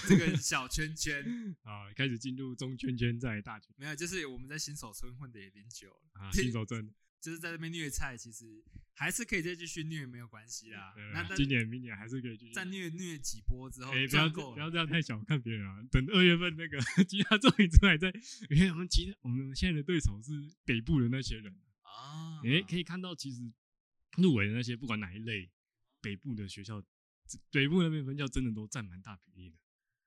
S1: 这个小圈圈。
S2: 啊，开始进入中圈圈，再来大圈
S1: 没有，就是我们在新手村混的有点久了，
S2: 啊，新手村。
S1: 就是在这边虐菜，其实还是可以再继续虐，没有关系啦。
S2: 对
S1: 那
S2: 啊
S1: 但
S2: 今年明年还是可以继续
S1: 再虐虐几波
S3: 哦
S1: 之后
S2: 哎、，不要
S1: 赚
S2: 这
S1: 够
S2: 不要
S1: 了，
S2: 这样太小看别人啊！等二月份那个 其他作品出来再，因为我们其他我们现在的对手是北部的那些人，
S1: 啊，
S3: 嗯
S2: 哎、可以看到其实入围的那些不管哪一类，北部的学校，这北部那边分校真的都占蛮大比例的。嗯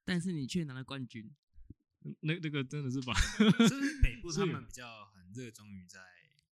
S3: 但是你却拿了冠 军，
S2: 那那个真的是把，
S1: 是不是北部他们比较很热衷于在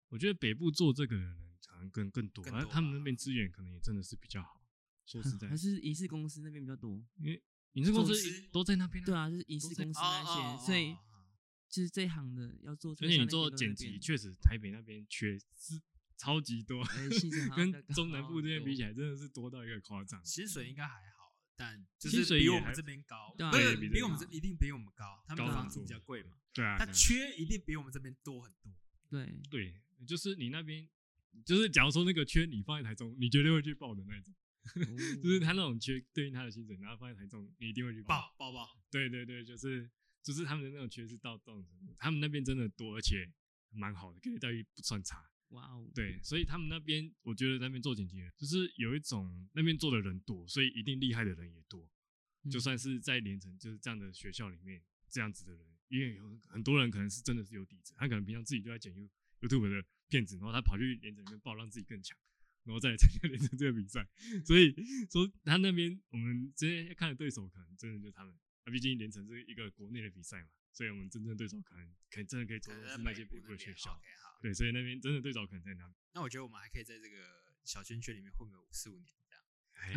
S2: 我觉得北部做这个的人好像更更多，
S1: 更
S2: 啊
S1: 多
S2: 他们
S1: 吧
S2: 那边资源可能也真的是比较好。说实在
S3: 嗯还，是影视公司那边比较多。
S2: 因为影视公司
S1: 公司
S2: 都在那边、
S3: 对，啊，就是影
S2: 都
S3: 视
S2: 在
S3: 公司
S1: 哦哦
S3: 那
S1: 哦
S3: 些，所以
S1: 哦哦
S3: 就是这一行的要做特
S2: 而
S3: 效那
S2: 且
S3: 些
S2: 你
S3: 都在那
S2: 做
S3: 边。
S2: 剪辑，确实台北那边缺是超级多。
S3: 哎薪水好像
S2: 跟
S3: 比较高
S2: 中南部这边比起
S3: 来，
S2: 来，真的是多到一个夸张。嗯
S1: 薪水应该还好，但就
S2: 薪
S1: 是
S2: 水
S1: 比
S2: 也
S1: 我们
S2: 还
S1: 这边高，
S3: 对啊
S1: 不
S2: 对
S1: 是
S2: 比这
S1: 比
S2: 边
S1: 我们
S3: 高
S1: 这一定比我们高，他们的
S3: 高
S1: 房
S3: 很
S1: 租比
S2: 多
S1: 较贵嘛，
S2: 对啊，
S1: 他
S2: 对啊
S1: 缺一定比我们这边多很多。
S3: 对，
S2: 对，就是你那边就是假如说那个缺你放在台中，你绝对会去报的那一种。
S3: 嗯
S2: 就是他那种缺对应他的薪水，然后放在台中，你一定会去报。
S1: 爆爆爆，
S2: 对对对，就是就是他们的那种缺是到到这种程度，他们那边真的多，而且蛮好的，给的待遇不算差。
S3: 哇哦，，
S2: 对，所以他们那边，我觉得那边做剪辑的人，就是有一种那边做的人多，所以一定厉害的人也多。就
S3: 嗯
S2: 算是在连城就是这样的学校里面，这样子的人，因为有很多人可能是真的是有底子，他可能平常自己就在剪 You YouTube 的片子，然后他跑去连城里面报，让自己更强，然后再来参加连城这个比赛。所以说他那边我们之前看的对手，可能真的就是他们。啊，毕竟连城是一个国内的比赛嘛，所以我们真正对手可能可能真的可以
S1: 可
S2: 说
S1: 能在
S2: 是那
S1: 北
S2: 些
S1: 部
S2: 北
S1: 呃那
S2: 部的学
S1: 边
S2: 校。
S1: OK，好，
S2: 对，所以那边真的对手可能在那边。
S1: 那我觉得我们还可以在这个小圈圈里面混个五四五年，这样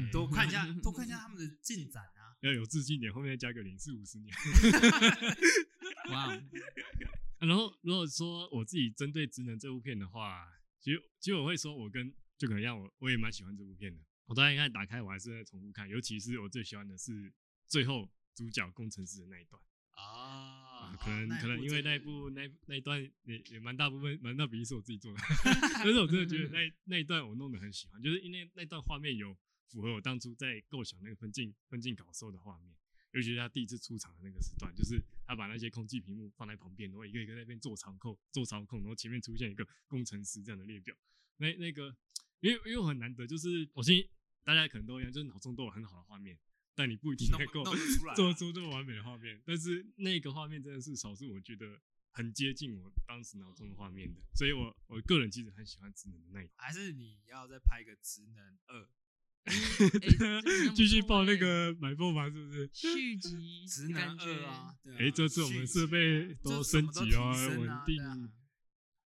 S2: 哎
S1: 多看 一下，多看一下他们的进展啊。
S2: 要有自信一点，后面再加个零是五十年。
S3: 哇哦，
S2: 啊然后如果说我自己针对《职能》这部片的话，其实其实我会说，我跟就可能让我我也蛮喜欢这部片的。我当然看打开，我还是在重复看，尤其是我最喜欢的是最后主角工程师的那一段
S1: 啊
S2: 啊，可能
S1: 哦那一
S2: 可能
S1: 部
S2: 因为
S1: 真的
S2: 那一部那那一段也也蛮大部分蛮大比例是我自己做的， 但是我真的觉得那一那一段我弄得很喜欢，就是因为那段画面有符合我当初在构想那个分镜分镜稿时候的画面。尤其是他第一次出场的那个时段，就是他把那些空气屏幕放在旁边，然后一个一个在那边做操控、做操控，然后前面出现一个工程师这样的列表。那那个，因为因为我很难得，就是我相信大家可能都一样，就是脑中都有很好的画面，但你不一定
S1: 弄
S2: 能
S1: 不
S2: 够
S1: 弄得出来啊
S2: 做出这么完美的画面。但是那个画面真的是少数，我觉得很接近我当时脑中的画面的，
S1: 嗯
S2: 所以我我个人其实很喜欢智能的那一段。
S1: 还是你要再拍一个职能二、
S3: 哎
S2: 继续报那个买爆吗？是不是？
S1: 啊
S3: 续集，
S1: 职
S3: 感
S1: 能
S3: 觉
S1: 二啊？对啊
S2: 哎、这次我们设备都升级哦，
S1: 这什么都提升
S2: 稳
S1: 啊
S2: 定。
S1: 对啊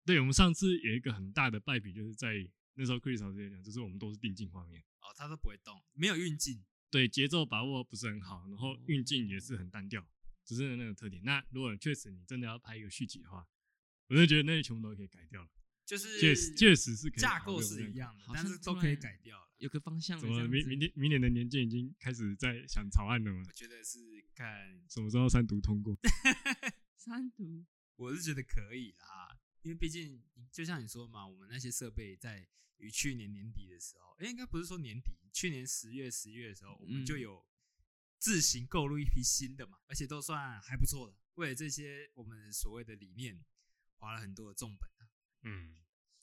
S2: 对我们上次有一个很大的败笔，就是在那时候 Chris 老师也讲，就是我们都是定镜画面，
S1: 哦，它都不会动，没有运镜，
S2: 对节奏把握不是很好，然后运镜也是很单调，只是那个特点。那如果确实你真的要拍一个续集的话，我就觉得那些全部都可以改掉了，
S1: 就是
S2: 确实确实是可以
S1: 架
S2: 考虑
S1: 构
S2: 我
S1: 是
S2: 认
S1: 一
S2: 可
S1: 样的，
S3: 好
S1: 但
S3: 像
S1: 是
S3: 突
S1: 都可以
S3: 然
S1: 改掉了。
S3: 有个方 向的
S2: 怎
S3: 这
S2: 么
S3: 样
S2: 明
S3: 子
S2: 明年明年的年鉴已经开始在想草案了吗
S1: 我？觉得是看，
S2: 什么时候三读通过？
S3: 三读
S1: 我是觉得可以啦，因为毕竟就像你说嘛，我们那些设备在于去年年底的时候，哎，应该不是说年底，去年十月十一月的时候，我们就
S3: 嗯
S1: 有自行购入一批新的嘛，而且都算还不错的。为了这些我们所谓的理念，花了很多的重本啊。
S2: 嗯，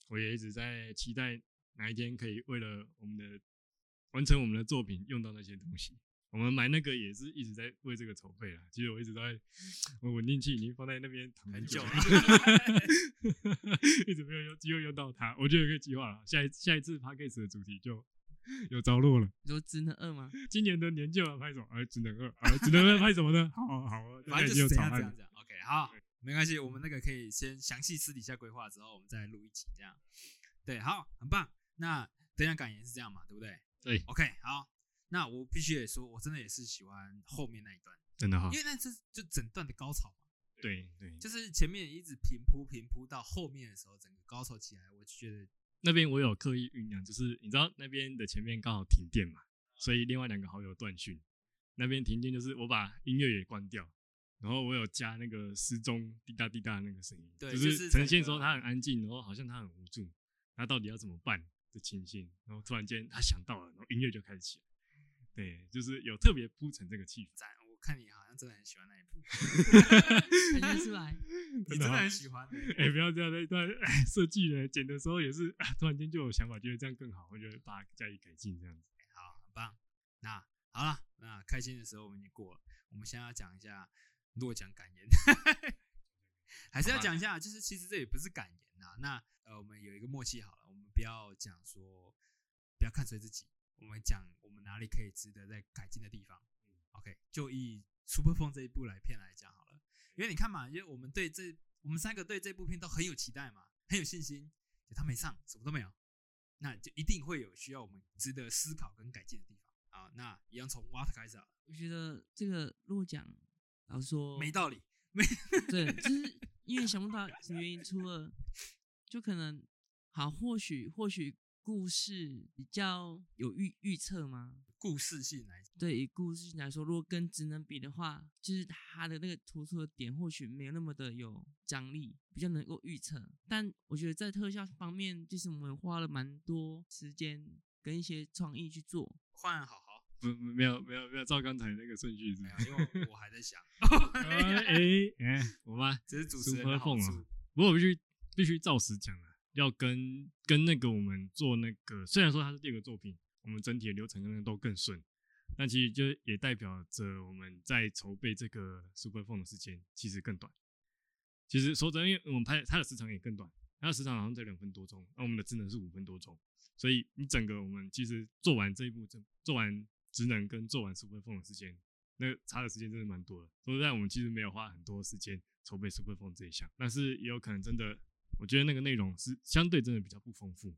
S2: 我也一直在期待哪一天可以为了我们的完成我们的作品用到那些东西。我们买那个也是一直在为这个筹备啦。其实我一直都在， 我稳定器已经放在那边躺
S1: 很
S2: 久
S1: 久了
S2: 一直没有用机会用到它。我觉得有一个计划了，下一下一次 p a c k a g e 的主题就有着落了。
S3: 你说职能二吗？
S2: 今年的年就要拍什么？啊，只能二，啊，只能二拍什么呢？ 好好好啊，
S1: 反正
S2: 已
S1: 就
S2: 经有
S1: 是怎
S2: 草
S1: 样
S2: 案
S1: 怎样
S2: 了。
S1: 怎样。OK，好，没关系，我们那个可以先详细私底下规划之后，我们再录一集这样。对，好，很棒。那得奖感言是这样嘛，对不对？
S2: 对
S1: ，OK，好。那我必须得说，我真的也是喜欢后面那一段，
S2: 真的哈
S1: 因，为那是就整段的高潮嘛，
S2: 对对，
S1: 就是前面一直平铺平铺到后面的时候，整个高潮起来，我就觉得
S2: 那边我有刻意酝酿，就是你知道那边的前面刚好停电嘛，所以另外两个好友断讯。那边停电就是我把音乐也关掉，然后我有加那个时钟滴答滴答的那个声音，
S1: 对
S2: 就
S1: 就是
S2: 是呈现
S1: 整
S2: 说
S1: 个
S2: 他很安静，然后好像他很无助，他到底要怎么办的情形。然后突然间他想到了，然后音乐就开始起来。对，就是有特别铺陈这个气氛。
S1: 赞。我看你好像真的很喜欢那一部，
S3: 感觉出来，
S1: 你
S2: 的
S1: 真的
S2: 哦
S1: 很喜欢、
S2: 哎、不要这样，那一 段哎设计人剪的时候也是、啊、突然间就有想法，觉得这样更好，我觉得把它加以改进这样子。
S1: 好，很棒。那好了，那开心的时候我们已经过了，我们现在要讲一下诺奖感言， 还是要讲一下，就是其实这也不是感言呐、那呃，我们有一个默契好了，我们不要讲说不要看衰自己，我们讲我们哪里可以值得在改进的地方。OK，就以《Super Phone》这一部来片来讲好了，因为你看嘛，因为我们对这我们三个对这部片都很有期待嘛，很有信心，就他没上，什么都没有，那就一定会有需要我们值得思考跟改进的地方啊。那一样从瓦特开始好啊了，
S3: 我觉得这个落奖，老实说
S1: 没道理，
S3: 对，就是因为想不到什么原因，除了就可能好，或许或许故事比较有预预测吗？
S1: 故事性来讲，
S3: 对，以故事性来说，如果跟职能比的话，就是它的那个突出的点或许没有那么的有张力，比较能够预测。但我觉得在特效方面，就是我们花了蛮多时间跟一些创意去做。
S1: 换好好
S2: 不不没有没有没有照刚才那个顺序是
S1: 没
S2: 吧
S1: 有，？因为我我还在想，
S2: 哎哎哎，我吧，
S1: 这是主持人
S2: Super
S1: 的好
S2: 凤啊
S1: 处。
S2: 不过我必须必须照实讲啊，要跟跟那个我们做那个，虽然说它是第二个作品，我们整体的流程跟那个都更顺，但其实就也代表着我们在筹备这个 Super Phone 的时间其实更短。其实说真的，因为我们拍它的时长也更短，它的时长好像在两分多钟，那我们的智能是五分多钟，所以你整个我们其实做完这一步，做做完职能跟做完 Super Phone 的时间那个差的时间真的蛮多的。说实在，我们其实没有花很多时间筹备 Super Phone 这一项，但是也有可能真的，我觉得那个内容是相对真的比较不丰富。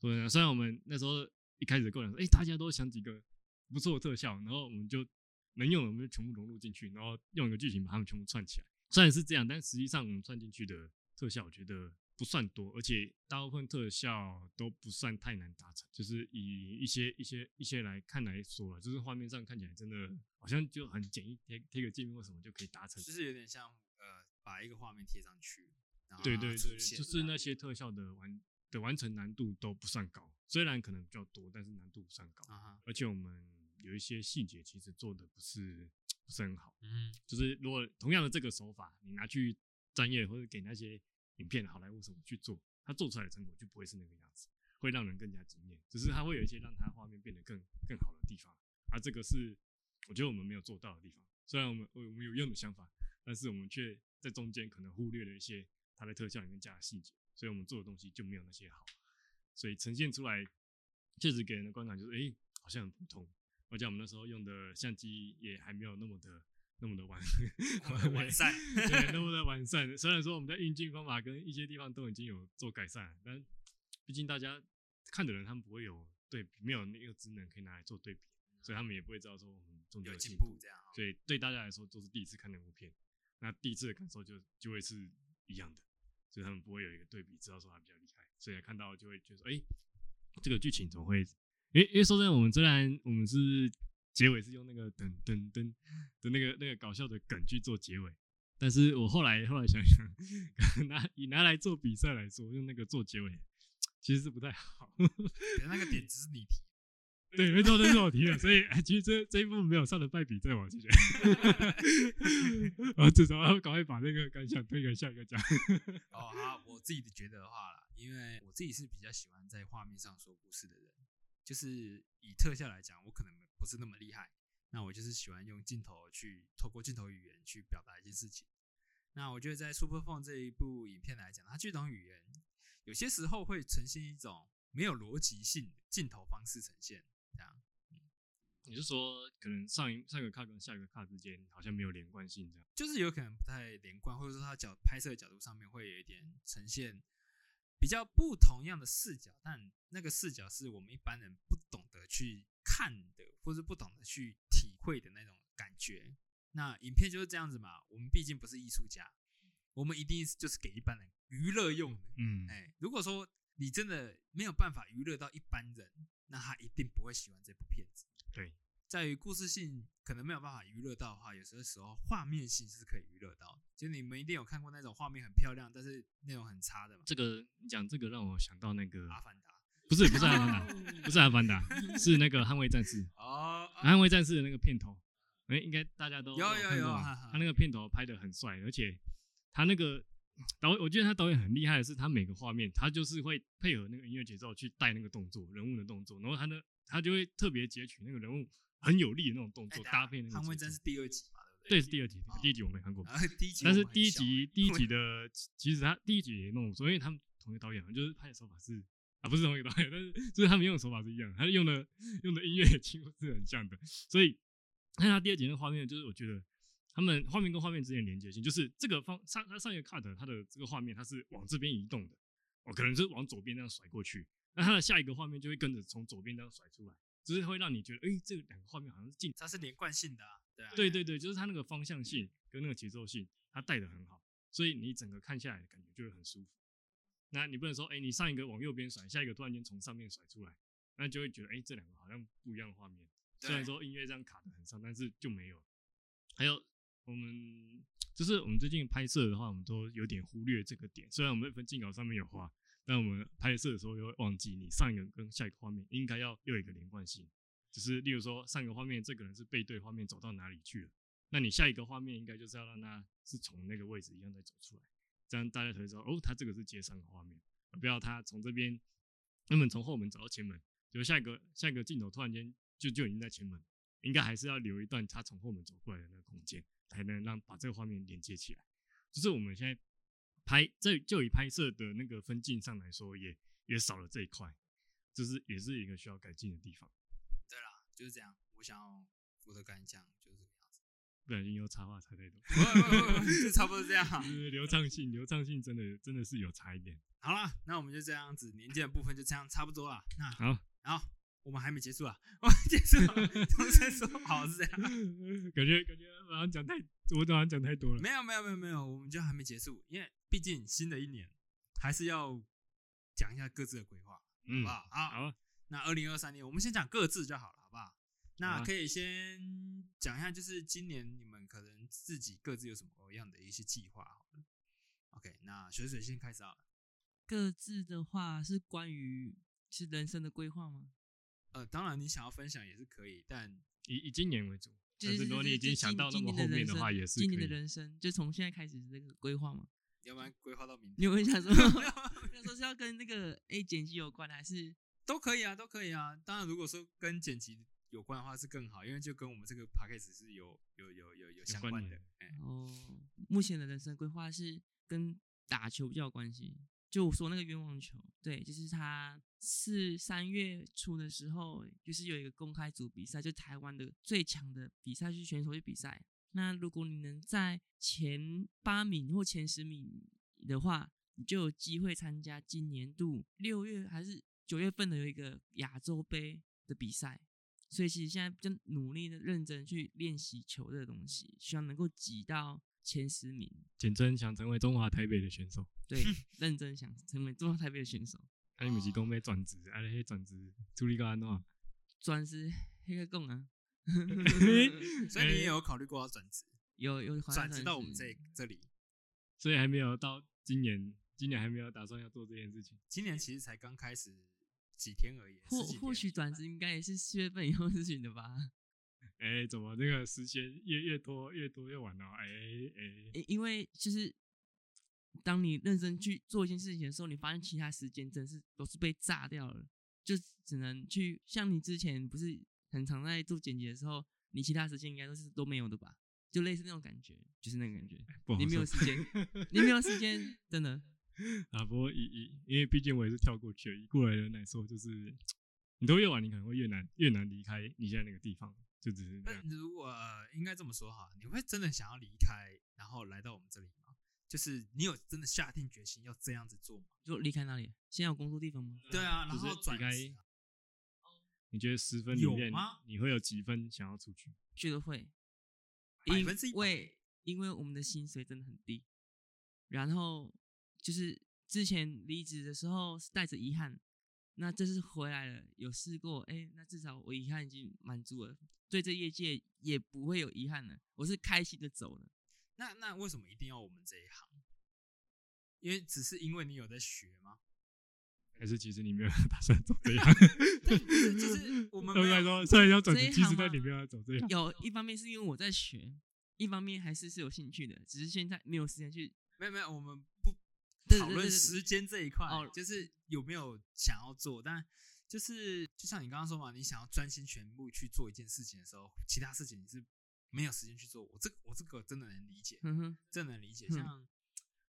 S2: 所以呢，啊虽然我们那时候一开始构想说，哎、大家都想几个不错的特效，然后我们就能用的我们就全部融入进去，然后用一个剧情把它们全部串起来。虽然是这样，但实际上我们串进去的特效，我觉得不算多，而且大部分特效都不算太难达成。就是以一些一些一些来看来说了，就是画面上看起来真的好像就很简易，贴贴个界面或什么就可以达成
S1: 就。是有点像呃，把一个画面贴上去，然后
S2: 对
S1: 让它
S2: 对
S1: 啊出
S2: 对，
S1: 现
S2: 就是那些特效的完的完成难度都不算高，虽然可能比较多，但是难度不算高
S1: 这。样啊哈，
S2: 而且我们有一些细节其实做的不是不是很好。
S1: 嗯，
S2: 就是如果同样的这个手法，你拿去专业或者给那些影片好莱坞什么去做，它做出来的成果就不会是那个样子，会让人更加惊艳。只是它会有一些让它画面变得更更好的地方，而、这个是我觉得我们没有做到的地方。虽然我们我们有用的想法，但是我们却在中间可能忽略了一些它在特效里面加的细节，所以我们做的东西就没有那些好，所以呈现出来确实给人的观感就是，诶，好像很普通。而且我们那时候用的相机也还没有那么的那么的完
S1: 完善
S2: 对，那么的完善。虽然说我们在运镜方法跟一些地方都已经有做改善，但毕竟大家看的人他们不会有对比，没有那个职能可以拿来做对比，所以他们也不会知道说我们中间
S1: 有进
S2: 进
S1: 步这样啊。
S2: 所以对大家来说都是第一次看那部片，那第一次的感受就就会是一样的，所以他们不会有一个对比，知道说他比较厉害，所以看到就会觉得说，哎、这个剧情怎么会？因为因为说真的，我们虽然我们是结尾是用那个噔噔噔的那个那个搞笑的梗去做结尾，但是我后来后来想想， 拿以拿来做比赛来说，用那个做结尾其实是不太好。
S1: 可是那个点只是你提，
S2: 对，没错，这是我提的，所以哎其实这这一部没有上的败笔在我 这边，然后至少啊要赶快把那个感想推给下一个讲。
S1: 哦，好，我自己的觉得的话啦，因为我自己是比较喜欢在画面上说故事的人，就是以特效来讲，我可能不是那么厉害，那我就是喜欢用镜头去透过镜头语言去表达一些事情。那我觉得在《Super Phone》这一部影片来讲，它这种语言有些时候会呈现一种没有逻辑性的镜头方式呈现，这样。
S2: 你是说可能上一上一个卡跟下一个卡之间好像没有连贯性这样？
S1: 就是有可能不太连贯，或者说它角拍摄的角度上面会有一点呈现比较不同样的视角，但那个视角是我们一般人不懂得去看的，或是不懂得去体会的那种感觉。那影片就是这样子嘛，我们毕竟不是艺术家，我们一定是就是给一般人娱乐用的。
S2: 嗯
S1: 哎、如果说你真的没有办法娱乐到一般人，那他一定不会喜欢这部片子。
S2: 对，
S1: 在于故事性可能没有办法娱乐到的话，有些时候画面性是可以娱乐到的。就你们一定有看过那种画面很漂亮，但是内容很差的嘛，《
S2: 这个你讲这个让我想到那个
S1: 阿凡达
S2: 不是不是阿凡 达，不是阿凡达，是那个捍卫战士，》
S1: 哦，啊
S2: 捍卫战士的那个片头，哎，应该大家都
S1: 有有
S2: 看过
S1: 有
S2: 吧
S1: 哈哈
S2: 他那个片头拍的很帅，而且他那个导，我觉得他导演很厉害的是，他每个画面他就是会配合那个音乐节奏去带那个动作，人物的动作，然后他的他就会特别截取那个人物很有力的那种动
S1: 哎
S2: 作
S1: 等下
S2: 搭配那个节奏。
S1: 捍卫战士》第二集嘛，对
S2: 对
S1: 不对？
S2: 是第二集，
S1: 哦
S2: 第一集我没看过，
S1: 然后第一集我
S2: 但
S1: 们很小，欸
S2: 是第一集第一集
S1: 的
S2: 的其其实他第一集也弄错，因为他们同一个导演嘛，就是拍的手法是啊不是同一个导演，但是就是他们用的手法是一样的，他用的用的音乐也几乎是很像的，所以看他第二集的画面，就是我觉得他们画面跟画面之间的连接性，就是这个方上他上一个 cut 它的这个画面它是往这边移动的，哦可能就是往左边这样甩过去，那它的下一个画面就会跟着从左边这样甩出来，就是会让你觉得哎、这两个画面好像是近
S1: 它是连贯性的、啊，对、啊、
S2: 对对对，就是它那个方向性跟那个节奏性，它带的很好，所以你整个看下来的感觉就会很舒服。那你不能说，哎、你上一个往右边甩，下一个突然间从上面甩出来，那就会觉得，哎、这两个好像不一样的画面。
S1: 对
S2: 虽然说音乐这样卡的很上，但是就没有。还有我们就是我们最近拍摄的话，我们都有点忽略这个点。虽然我们分镜稿上面有画，但我们拍摄的时候又会忘记，你上一个跟下一个画面应该要又有一个连贯性。就是例如说，上一个画面这个人是背对画面走到哪里去了，那你下一个画面应该就是要让他是从那个位置一样再走出来，这样大家才会知道哦，他这个是接上的画面，而不要他从这边原本从后门走到前门，就下一个下一个镜头突然间就就已经在前门，应该还是要留一段他从后门走过来的那个空间，才能让把这个画面连接起来。就是我们现在拍这就以拍摄的那个分镜上来说也，也少了这一块，就是也是一个需要改进的地方。
S1: 对啦，就是这样。我想要我的感想就是这个样子，
S2: 不小心又插话插太多，
S1: 不不不 不就差不多这样。啊
S2: 就是流畅性流畅性真的真的是有差一点。
S1: 好了，那我们就这样子，年纪的部分就这样差不多了。那
S2: 好，
S1: 然后我们还没结束啊，我们结束了， 重新说好是这样。
S2: 感觉感觉好像讲太我好像讲太多了。
S1: 没有没有没有没有，我们就还没结束，因为毕竟新的一年还是要讲一下各自的规划，好
S2: 嗯
S1: 不，好？啊，
S2: 好啊，
S1: 那二零二三年我们先讲各自就好了，好不好？
S2: 好
S1: 那
S2: 啊
S1: 可以先讲一下，就是今年你们可能自己各自有什么样的一些计划好了。OK，那水水先开始好了。
S3: 各自的话是关于是人生的规划吗？
S1: 呃，当然你想要分享也是可以，但
S2: 以以今年为主，
S3: 就
S2: 但
S3: 是
S2: 是如果你已经想到那么后面的话，也是
S3: 今
S2: 可
S3: 年的
S2: 以。
S3: 人生，就从现在开始这个规划吗？
S1: 要不然规划到明
S3: 你
S1: 年
S3: 有没有 想说， 那时候是要跟那个诶剪辑有关的，还是
S1: 都可以啊，都可以啊。当然，如果说跟剪辑有关的话是更好，因为就跟我们这个 p a c k a g e 是有有有有有相
S2: 关
S1: 关的
S2: 联。
S1: 哎、
S3: 哦，目前的人生规划是跟打球比较有关系。就我说那个冤枉球，对，就是他是三月初的时候，就是有一个公开组比赛，就台湾的最强的比赛，就是选手去比赛。那如果你能在前八名或前十名的话，你就有机会参加今年度六月还是九月份的有一个亚洲杯的比赛。所以其实现在比较努力的、认真去练习球这个东西，希望能够挤到前十名。
S2: 简称想成为中华台北的选手，啊
S3: 对，认真想成为中华台北的选手，
S2: 啊，你们是讲要转职，啊，你迄转职处理到安怎？
S3: 专是黑个共啊。
S1: 所以你
S2: 哎
S1: 也有考虑过要转职，
S3: 有有华
S1: 转
S3: 夏
S1: 职
S3: 团
S1: 到我们
S3: 是
S1: 这这里。
S2: 所以还没有到今年，今年还没有打算要做这件事情。
S1: 今年其实才刚开始几天而已，
S3: 或
S1: 十几天
S3: 或许转职应该也是四月份以后的 事情的吧？
S2: 哎、怎么这个时间越越拖越拖越晚了、哎、哎、
S3: 因因为就是当你认真去做一件事情的时候，你发现其他时间真是都是被炸掉了，就只能去像你之前不是很常在做剪辑的时候，你其他时间应该都是都没有的吧？就类似那种感觉，就是那个感觉，
S2: 不好
S3: 你没有
S2: 说
S3: 时间，你没有时间，真的。
S2: 啊，不过以以，因为毕竟我也是跳过去的，以过来人来说，就是你拖越晚，你可能会越难越难离开你现在那个地方，就只是这
S1: 那
S2: 样。
S1: 如果、呃、应该这么说哈，你会真的想要离开，然后来到我们这里吗？就是你有真的下定决心要这样子做吗？
S3: 就离开那里，现在有工作地方吗？
S1: 对啊，然
S2: 就是
S1: 后转
S2: 离开
S1: 职啊
S2: 你觉得十分里
S1: 有
S2: 面
S1: 吗，
S2: 你会有几分想要出去？
S3: 觉得会，
S1: 百
S3: 因
S1: 分之一百
S3: 为因为我们的薪水真的很低，然后就是之前离职的时候是带着遗憾，那这次回来了有试过，哎，那至少我遗憾已经满足了，对这业界也不会有遗憾了，我是开心的走了。
S1: 那那为什么一定要我们这一行？因为只是因为你有在学吗？
S2: 还是其实你没有 打算走这 样？
S1: 但是 就是我们
S2: 应
S1: 没
S2: 该
S1: 有
S2: 说，虽然要转
S3: 这
S2: 职，
S3: 一
S2: 其实
S3: 行
S2: 但
S3: 吗
S2: 你没有要走
S1: 嗯
S2: 这样。
S3: 有一方面是因为我在学，一方面还是是有兴趣的，只是现在没有时间去。
S1: 没有没有，我们不
S3: 对对
S1: 讨
S3: 对
S1: 论
S3: 对对
S1: 时间这一块
S3: 哦，
S1: 就是有没有想要做，但就是就像你刚刚说嘛，你想要专心全部去做一件事情的时候，其他事情你是没有时间去做。我这我这个真的能理解，
S3: 哼哼，
S1: 真的能理解。
S3: 嗯
S1: 像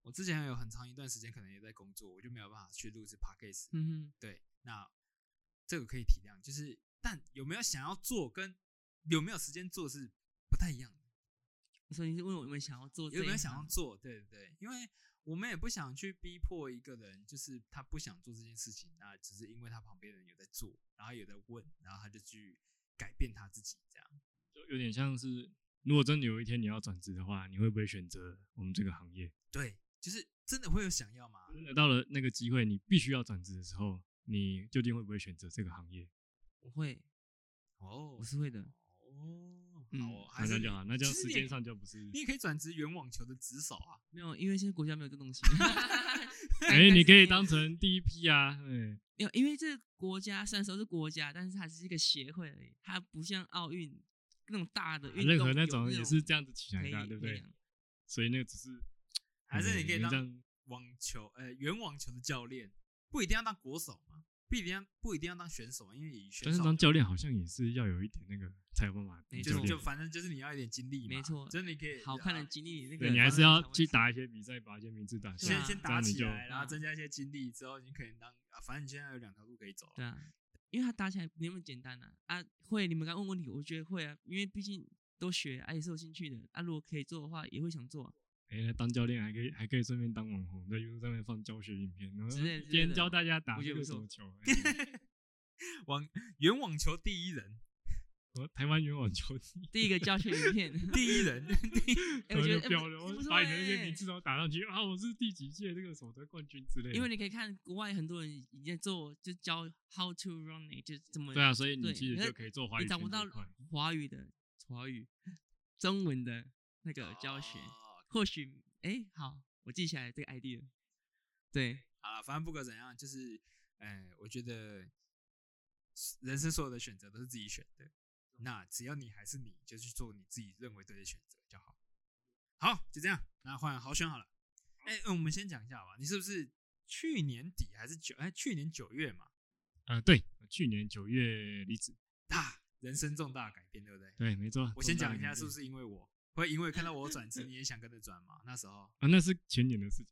S1: 我之前有很长一段时间可能也在工作，我就没有办法去录制 podcast，
S3: 哼哼，
S1: 对，那这个可以体谅，就是但有没有想要做跟有没有时间做是不太一样的。
S3: 所以你是问我有没有想要做这一
S1: 有
S3: 行？
S1: 没有想要做？对对对，因为我们也不想去逼迫一个人，就是他不想做这件事情，那只是因为他旁边的人有在做，然后有在问，然后他就去改变他自己这样。
S2: 就有点像是，如果真的有一天你要转职的话，你会不会选择我们这个行业？
S1: 对，就是真的会有想要 吗？
S2: 真的到了那个机会，你必须要转职的时候，你究竟会不会选择这个行 业？
S3: 我会，
S1: 哦
S3: 我，是会的。
S1: 哦，
S3: 嗯
S1: 好哦，还
S2: 那这
S1: 是
S2: 样就好，那这样
S1: 其
S2: 时
S1: 实你也
S2: 间上就不是。
S1: 你也可以转职原网球的职手啊，
S3: 没有，因为现在国家没有这东西。
S2: 哎，你可以当成第一批啊，嗯，
S3: 没有，因为这个国家虽然说是国家，但是它只是一个协会而已，它不像奥运那种大的运动有
S2: 啊任
S3: 种，
S2: 何那种也是这样子起
S3: 可
S2: 来
S3: 以
S2: 的啊，对不
S3: 培
S2: 对
S3: 养？
S2: 所以那个只是，
S1: 还是你可以
S2: 嗯
S1: 当
S2: 这样
S1: 网球呃原网球的教练，不一定要当国手嘛，不一定要不一定要当选手嘛，因为以选
S2: 但是
S1: 手
S2: 当教练好像也是要有一点那个才有办法
S3: 没
S2: 当
S1: 就
S2: 教
S1: 是就
S2: 练，
S1: 反正就是你要一点经历嘛，
S3: 没错
S1: 就是你可以
S3: 好看的
S1: 啊
S3: 经历，那个
S2: 对你还是要去
S3: 打。
S2: 打一些比赛，把一些名字打下
S3: 对
S1: 先
S3: 啊
S2: 来，
S1: 先
S2: 这
S1: 打
S2: 样你
S1: 起
S2: 就
S1: 来，然后
S3: 嗯
S1: 增加一些经历之后，你可能当啊，反正你现在有两条路可以走啊。
S3: 对啊，因为他打起来没那么简单啊。啊，会，你们刚问问题，我觉得会啊，因为毕竟都学，啊也是有兴趣的。啊，如果可以做的话，也会想做、啊。
S2: 哎、当教练还可以，还可以顺便当网红，在 YouTube 上面放教学影片，然后
S3: 之类
S2: 今
S3: 之类
S2: 天
S3: 的
S2: 教大家打
S3: 我觉
S2: 这
S3: 得
S2: 个
S3: 不
S2: 什么
S3: 错
S2: 球，哎
S1: 网原网球第一人，
S2: 我台湾有网球第一，
S3: 第一个教学 影片，
S1: 第一 人，第一
S3: 哎、我觉得、
S2: 然后就
S3: 哎
S2: 标
S3: 不
S2: 了，
S3: 哎不
S2: 我
S3: 错
S2: 把你的那
S3: 哎
S2: 些名字都打上去啊，我是第几届这个什么得冠军之类的。
S3: 因为你可以看国外很多人已经在做，就教 how to run it，就是怎么
S2: 对啊，所以你
S3: 对
S2: 其实
S3: 可是
S2: 就可以做华语
S3: 你找
S2: 圈
S3: 不
S2: 这
S3: 到
S2: 一块。
S3: 华语的华语中文的那个教学，
S1: 哦
S3: 或许哎、好，我记起来这个 ID 了。对，
S1: 好了，反正不管怎样，就是，哎、我觉得人生所有的选择都是自己选的，那只要你还是你，就去做你自己认为对的选择就好。好，就这样，那换好选好了。哎、呃我们先讲一下吧，你是不是去年底还是九？哎、去年九月嘛，
S2: 呃，对，去年九月离职，
S1: 大人生重大改变，对不对？
S2: 对，没错。
S1: 我先
S2: 重大
S1: 讲一
S2: 改
S1: 下，是不
S2: 变
S1: 是因为我会因为看到我转 职，你也想跟着转嘛？那时候
S2: 啊？那是前年的事情，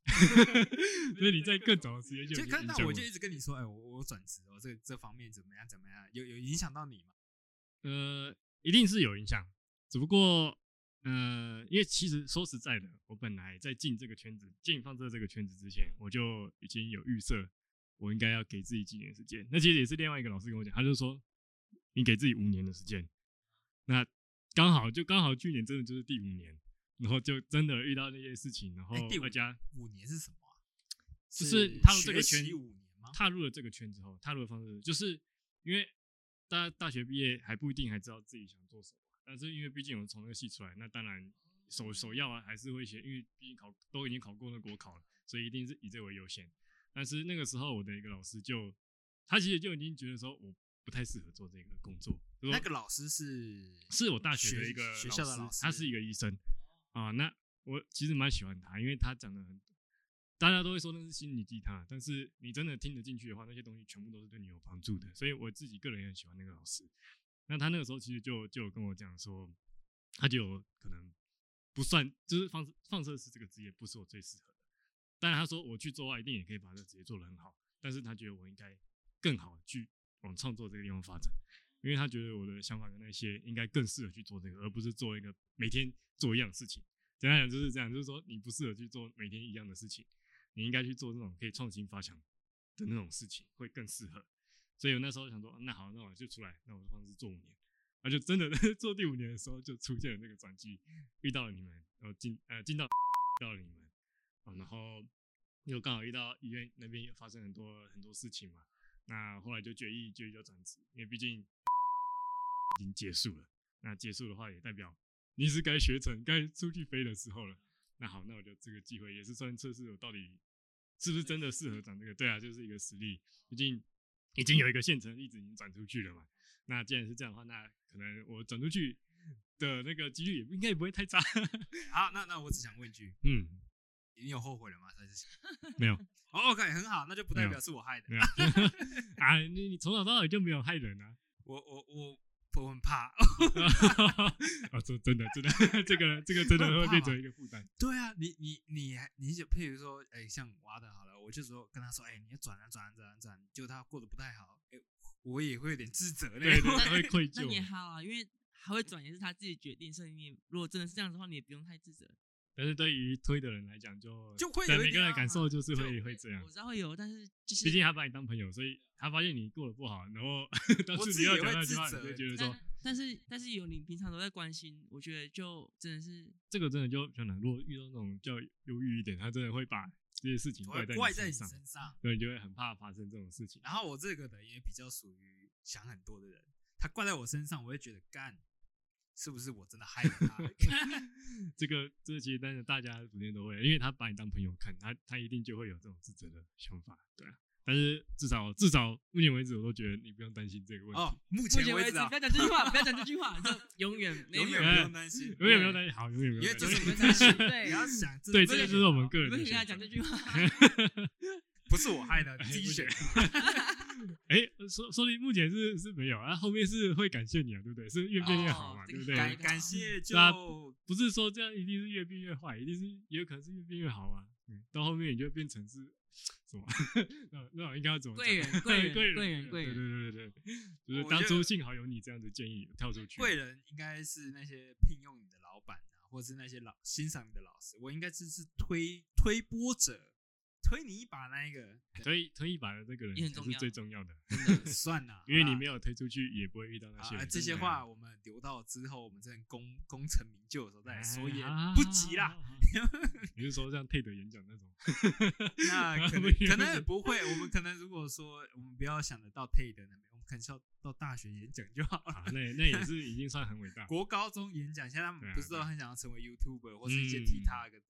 S2: 所以你在更早的时间就
S1: 就
S2: 已经
S1: 看
S2: 影
S1: 到
S2: 响
S1: 我
S2: 我
S1: 就一直跟你说，哎、我我转职，我这这方面怎么样怎么样，有有影响到你吗？
S2: 呃，一定是有影响，只不过呃，因为其实说实在的，我本来在进这个圈子、进放射这个圈子之前，我就已经有预设，我应该要给自己几年时间。那其实也是另外一个老师跟我讲，他就说你给自己五年的时间，那刚好就刚好去年真的就是第五年，然后就真的遇到那些事情，然后
S1: 哎第五
S2: 大家
S1: 五年是什么啊、
S2: 就是踏入这个
S1: 学
S2: 圈
S1: 习五年吗？
S2: 踏入了这个圈之后，踏入的方式就是因为大大学毕业还不一定还知道自己想做什么，但是因为毕竟我从那个系出来，那当然首首要啊还是会写，因为毕竟考都已经考过那国考了，所以一定是以这为优先。但是那个时候我的一个老师就他其实就已经觉得说我不太适合做这个工作，就说
S1: 那个老师是
S2: 是我大学的一个
S1: 学学校的老师，
S2: 他是一个医生啊。那我其实蛮喜欢他，因为他讲的很，大家都会说那是心理鸡汤，但是你真的听得进去的话，那些东西全部都是对你有帮助的。所以我自己个人也很喜欢那个老师。那他那个时候其实就就有跟我讲说，他就有可能不算，就是放放射师这个职业不是我最适合的。但他说我去做的话，一定也可以把这个职业做得很好。但是他觉得我应该更好地去往创作这个地方发展，因为他觉得我的想法跟那些应该更适合去做这个，而不是做一个每天做一样的事情。简单讲就是这样，就是说你不适合去做每天一样的事情，你应该去做那种可以创新发想的那种事情，会更适合。所以我那时候想说，那好，那我就出来，那我就放肆做五年。啊那就真的 做第五年的时候，就出现了那个转机，遇到了你们，然后进呃进到 遇到了你们，啊，然后又刚好遇到医院那边也发生很多很多事情嘛，那后来就决议决议就转职，因为毕竟已经结束了，那结束的话也代表你是该学成该出去飞的时候了。那好，那我就这个机会也是算测试我到底是不是真的适合转这个，对啊，就是一个实力，毕竟已经有一个现成例子已经转出去了嘛。那既然是这样的话，那可能我转出去的那个几率也不应该也不会太差。
S1: 好，那那我只想问一句，
S2: 嗯，
S1: 你有后悔了吗？还是
S2: 没有
S1: 哦，OK，很好，那就不代
S2: 没有
S1: 表是我害的。
S2: 没有 啊，你你从小到尾就没有害人啊。
S1: 我我我我很怕，
S2: 啊，这真的真的，这个这个真的会变成一个负 担。
S1: 对啊，你你你还你就譬如说，哎、像我阿的好了，我就说跟他说，哎、你要转啊转啊转啊转啊，结果他过得不太好，哎、我也会有点自责嘞。
S2: 对对，会愧
S3: 啊那也
S2: 疚。
S3: 好啊，因为还会转也是他自己决定，所以你也如果真的是这样子的话，你也不用太自责。
S2: 但是对于推的人来讲，就
S1: 就会
S2: 对
S1: 有一
S2: 每个
S1: 点
S2: 人
S1: 啊
S2: 感受就是会
S1: 就
S2: 会这样
S3: 我。知道会有，但是就是
S2: 毕竟他把你当朋友，所以他发现你过得不好，然后当
S1: 我
S2: 时
S1: 自
S2: 你
S1: 己
S2: 要
S1: 也
S2: 讲
S1: 会
S2: 那
S1: 自
S2: 句话，你
S1: 责欸
S2: 就觉得
S3: 但
S2: 说
S3: 是但是但是有你平常都在关心，我觉得就真的是
S2: 这个真的就比较难。如果遇到那种比较忧郁一点，他真的会把这些事情
S1: 我会
S2: 怪在
S1: 怪
S2: 你
S1: 在你
S2: 上，
S1: 身上。
S2: 对，你就会很怕发生这种事情。
S1: 然后我这个人也比较属于想很多的人，他怪在我身上，我会觉得干，是不是我真的害了 他？
S2: 这个这个其实但是大家普遍都会，因为他把你当朋友看，他他一定就会有这种自责的想法，对啊。但是至少至少目前为止，我都觉得你不用担心这个问题，
S1: 哦，目
S3: 目
S1: 前
S3: 前为
S1: 为
S3: 止
S1: 止啊
S3: 不，要讲这句话，不要讲这句话，就永远
S1: 永远不
S2: 没有
S1: 用担心，
S2: 永远不用担心，好，永远不用
S1: 因为
S2: 担
S1: 这
S2: 心。
S1: 是我们
S3: 没有 担心对
S1: 你要想，
S2: 对，
S1: 不
S2: 这个
S1: 你
S2: 就是我们个
S3: 你
S2: 人
S3: 不
S2: 的
S3: 能跟他
S2: 选
S3: 讲
S2: 择
S3: 这。句话。
S1: 不是我 害的，你自己选的。
S2: 哎，说说不定目前是是没有，啊，后面是会感谢你啊，对不对？是越变越好嘛，
S3: 哦这
S2: 对
S3: 个
S2: 不对？
S1: 感感谢就
S2: 那不是说这样一定是越变越坏，一定是也有可能是越变越好啊。嗯，到后面你就变成是什么？那那我应该要怎么讲？
S3: 贵人贵
S2: 贵人，
S3: 人贵人贵
S2: 对
S3: 人
S2: 对对对对，就是
S1: 我
S2: 当
S1: 觉
S2: 初
S1: 得
S2: 幸好有你这样的建议跳出去。
S1: 贵人应该是那些聘用你的老板啊，或是那些老欣赏你的老师，我应该是是推推波者，推你一把那一个，
S2: 推推一把的这个人
S3: 也很
S2: 才
S3: 重
S2: 是
S3: 要
S2: 最重要的，
S1: 真的算了，
S2: 因为你
S1: 好啦
S2: 没有推出去，也不会遇到那些
S1: 啊，
S2: 人。
S1: 这些
S2: 对
S1: 话我们留到之后，我们真的功功成名就的时候再来说也不急。
S2: 哎
S1: 啦。
S2: 好好好好好你是说像 TED 演讲那种？
S1: 那可
S2: 不
S1: 能
S2: 急
S1: 可能也不会，我们可能如果说我们不要想得到 TED 那边，我们可能要到大学演讲就好
S2: 啊
S1: 了，。
S2: 那那也是已经算很伟大。
S1: 国高中演讲，现在他
S2: 对
S1: 们
S2: 啊
S1: 不是
S2: 对
S1: 都
S2: 啊
S1: 很想要成为 YouTuber 或是一些
S2: 嗯
S1: TikTok 的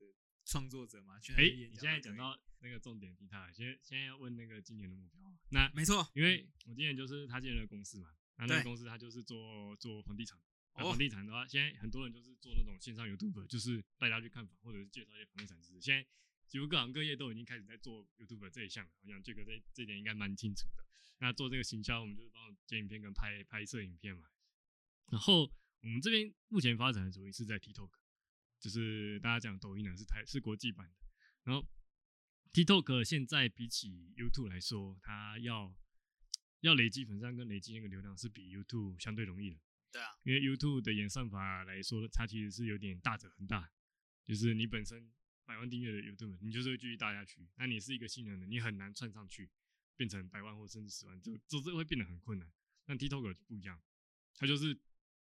S1: 创作者嘛？去那
S2: 哎
S1: 边，演
S2: 你
S1: 讲
S2: 现在
S1: 都
S2: 讲
S1: 可以
S2: 到那个重点，提他现在现在要问那个今年的目标啊。那
S1: 没错，
S2: 因为我今年就是他进了公司嘛，那那
S1: 嗯对
S2: 个公司他就是做做房地产。那
S1: 哦
S2: 房地产的话，现在很多人就是做那种线上 YouTube，就是带大家去看房，或者是介绍一些房地产知识。现在几乎各行各业都已经开始在做 YouTube 这一项了。我想这个这这点应该蛮清楚的。那做这个行销，我们就是帮我剪影片跟拍拍摄影片嘛。然后我们这边目前发展的主力是在 TikTok，就是大家讲抖音呢啊是台是国际版的。然后 TikTok 现在比起 YouTube 来说，它要要累积粉丝量跟累积那个流量是比 YouTube 相对容易的。
S1: 对啊，
S2: 因为 YouTube 的演算法来说，它其实是有点大者很大，就是你本身百万订阅的 YouTube，你就是会继续搭下去。那你是一个新人的，你很难窜上去变成百万或甚至十万，就就这会变得很困难。但 TikTok 就不一样，它就是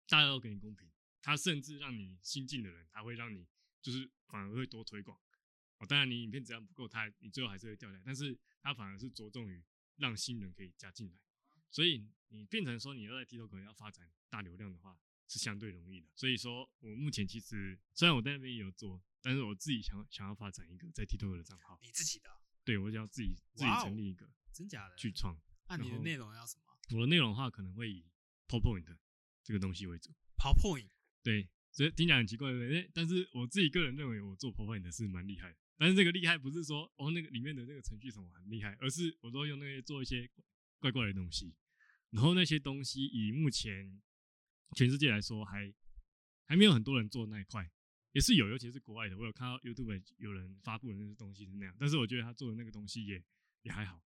S2: 大家都给你公平，它甚至让你新进的人，它会让你就是反而会多推广。哦，当然你影片质量不够，它你最后还是会掉下来，但是它反而是着重于让新人可以加进来。所以你变成说你要在 TikTok 要发展大流量的话，是相对容易的。所以说我目前其实虽然我在那边也有做，但是我自己想想要发展一个在 TikTok 的账号，
S1: 你自己的啊
S2: 对我就要自己自己
S1: 哇哦
S2: 成立一个
S1: 真假的？
S2: 去创。
S1: 那你
S2: 然
S1: 的
S2: 后
S1: 内容要什么
S2: 我的内容的话，可能会以 PowerPoint 这个东西为主。
S1: ？PowerPoint
S2: 对，所以听起来很奇怪，对不对？但是我自己个人认为，我做 PowerPoint 是蛮厉害的。但是这个厉害不是说哦那个里面的那个程序什么很厉害，而是我都用那些做一些怪怪的东西。然后那些东西以目前全世界来说还还没有很多人做那一块，也是有，尤其是国外的，我有看到 YouTube 有人发布的那些东西是那样，但是我觉得他做的那个东西也也还好，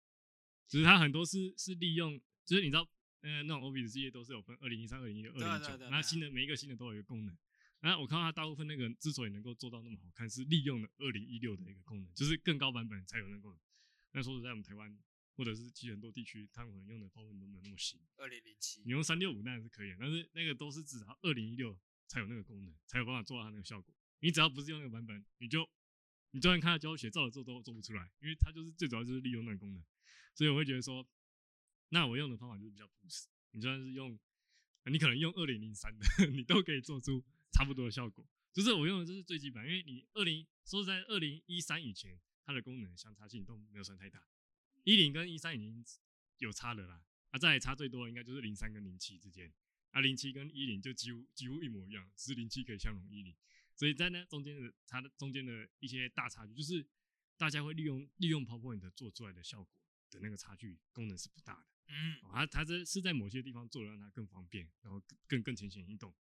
S2: 只是他很多是是利用，就是你知道，呃，那种 o b s 系列都是有分二零一三、二零一二、
S1: 对啊
S2: 二
S1: 对啊
S2: 零
S1: 对
S2: 九，
S1: 啊
S2: 那新的每一个新的都有一个功能。那我看到它大部分那个之所以能够做到那么好看，是利用了二零一六的一个功能，就是更高版本才有那个功能。那说实在，我们台湾或者是其实很多地区，他们可能用的 p o w e r 都没有那么新。
S1: 二零零七
S2: 你，用三六五当然是可以的，啊但是那个都是至少二零一六才有那个功能，才有办法做到它那个效果。你只要不是用那个版本，你就你就算看它教学，照着做都做不出来，因为它就是最主要就是利用那个功能。所以我会觉得说，那我用的方法就是比较朴实。你就算是用，呃你可能用二零零三的， 你都可以做出差不多的效果。就是我用的就是最基本，因为你二零说实在，二零一三以前它的功能相差性都没有算太大，一零跟一三已经有差了啦。啊，再来差最多的应该就是零三跟零七之间，啊，零七跟一零就几乎几乎一模一样，只是零七可以相容一零，所以在那中间的它的中间的一些大差距，就是大家会利用利用 PowerPoint 做出来的效果的那个差距功能是不大的。
S1: 嗯，
S2: 哦，它它这是在某些地方做的让它更方便，然后更更更浅显易懂。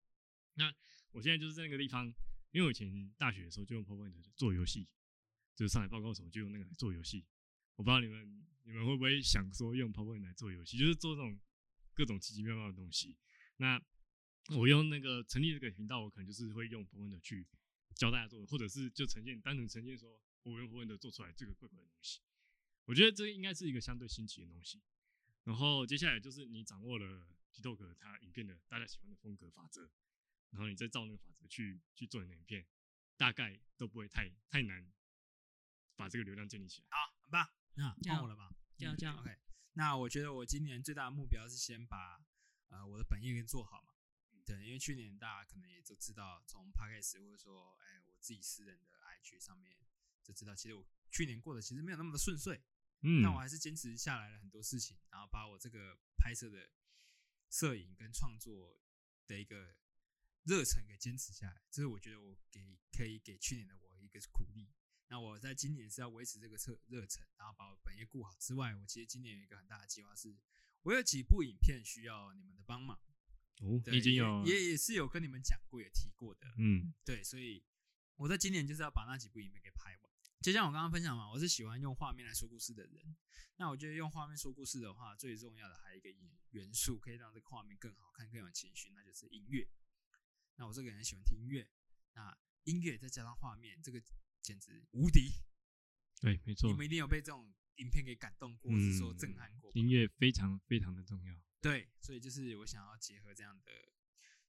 S2: 那我现在就是在那个地方，因为我以前大学的时候就用 PowerPoint 做游戏，就是上海报告什么就用那个来做游戏。我不知道你们你们会不会想说用 PowerPoint 来做游戏，就是做这种各种奇奇妙妙的东西。那我用那个成立这个频道，我可能就是会用 PowerPoint 去教大家做，或者是就呈现单纯呈现说我用 PowerPoint 做出来这个怪怪的东西。我觉得这应该是一个相对新奇的东西。然后接下来就是你掌握了 TikTok 它影片的大家喜欢的风格法则，然后你再照那个法则去去做你的影片，大概都不会太太难把这个流量建立起来。
S1: 很棒。那
S3: 这样
S1: 换我了吧？嗯
S3: 这样这样
S1: OK，那我觉得我今年最大的目标是先把呃我的本业给做好嘛。对，因为去年大家可能也都知道，从 Podcast 或者说哎我自己私人的 IG 上面就知道，其实我去年过得其实没有那么的顺遂，
S2: 嗯
S1: 但我还是坚持下来了很多事情，然后把我这个拍摄的摄影跟创作的一个热忱给坚持下来，这是我觉得我给可以给去年的我一个鼓励。那我在今年是要维持这个热热忱，然后把我本业顾好之外，我其实今年有一个很大的计划是，我有几部影片需要你们的帮忙，
S2: 哦，
S1: 对
S2: 你已经有
S1: 也也也是有跟你们讲过也提过的，
S2: 嗯
S1: 对，所以我在今年就是要把那几部影片给拍完。就像我刚刚分享嘛，我是喜欢用画面来说故事的人。那我觉得用画面说故事的话，最重要的还有一个元元素可以让这个画面更好看、更有情绪，那就是音乐。那我这个人喜欢听音乐，那音乐再加上画面，这个简直无敌。
S2: 对，没错
S1: 你，们一定有被这种影片给感动过，或是说震撼过吧。
S2: 音乐非常非常的重要。
S1: 对，所以就是我想要结合这样的